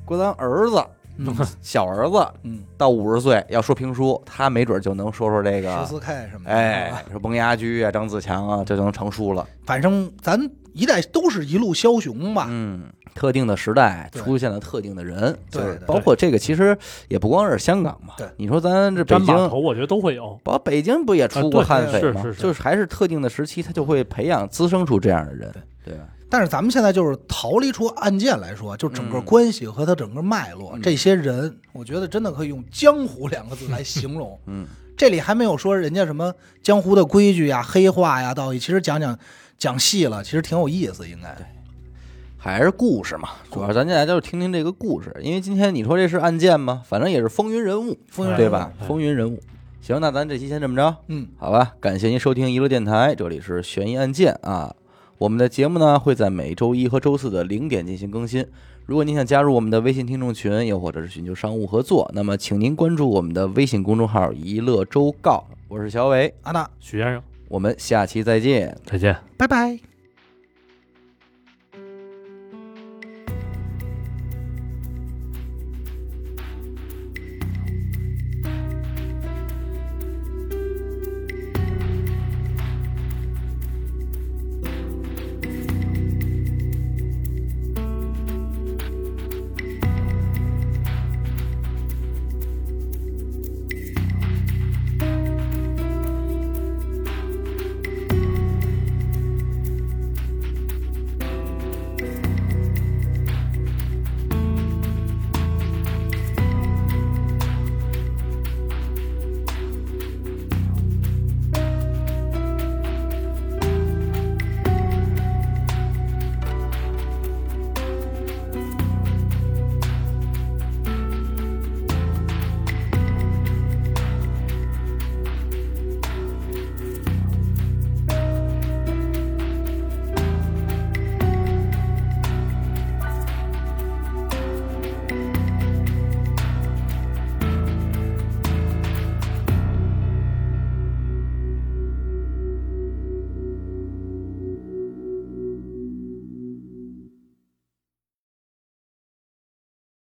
Speaker 1: 郭丹儿子
Speaker 2: 嗯
Speaker 1: 小儿子
Speaker 2: 嗯
Speaker 1: 到五十岁要说评书，他没准就能说说这
Speaker 2: 十
Speaker 1: 个，
Speaker 2: 四 K 什么的，啊
Speaker 1: 哎，说崩牙驹啊、张自强啊，这就能成书了。
Speaker 2: 反正咱一代都是一路枭雄吧，
Speaker 1: 嗯，特定的时代
Speaker 2: 对
Speaker 1: 出现了特定的人，
Speaker 2: 对
Speaker 1: 就是
Speaker 2: 对
Speaker 1: 包括这个，其实也不光是香港嘛。
Speaker 2: 对
Speaker 1: 你说咱这北
Speaker 3: 粘码
Speaker 1: 京，
Speaker 3: 头，我觉得都会有。
Speaker 1: 包括北京不也出过
Speaker 3: 啊对
Speaker 1: 悍匪
Speaker 3: 是
Speaker 1: 吗？
Speaker 3: 是是
Speaker 1: 就是还是特定的时期，他就会培养滋生出这样的人，对啊吧？
Speaker 2: 但是咱们现在就是逃离出案件来说，就整个
Speaker 1: 嗯
Speaker 2: 关系和他整个脉络，
Speaker 1: 嗯
Speaker 2: 这些人，我觉得真的可以用“江湖”两个字来形容。
Speaker 1: [laughs] 嗯，
Speaker 2: 这里还没有说人家什么江湖的规矩呀、啊黑话呀道义，其实讲讲讲细了，其实挺有意思，应该。
Speaker 1: 还是故事嘛，主要咱现在就是听听这个故事，因为今天你说这是案件吗？反正也是风云人物，
Speaker 2: 风云
Speaker 1: 对
Speaker 2: 人物
Speaker 1: 吧？
Speaker 3: 哎
Speaker 1: 风云人物。行，那咱这期先这么着，
Speaker 2: 嗯，
Speaker 1: 好吧？感谢您收听娱乐电台，这里是悬疑案件啊。我们的节目呢会在每周一和周四的零点进行更新。如果您想加入我们的微信听众群，又或者是寻求商务合作，那么请您关注我们的微信公众号“娱乐周告”。我是小伟，
Speaker 2: 安娜，
Speaker 3: 许先生，
Speaker 1: 我们下期再见。
Speaker 3: 再见。
Speaker 2: 拜拜。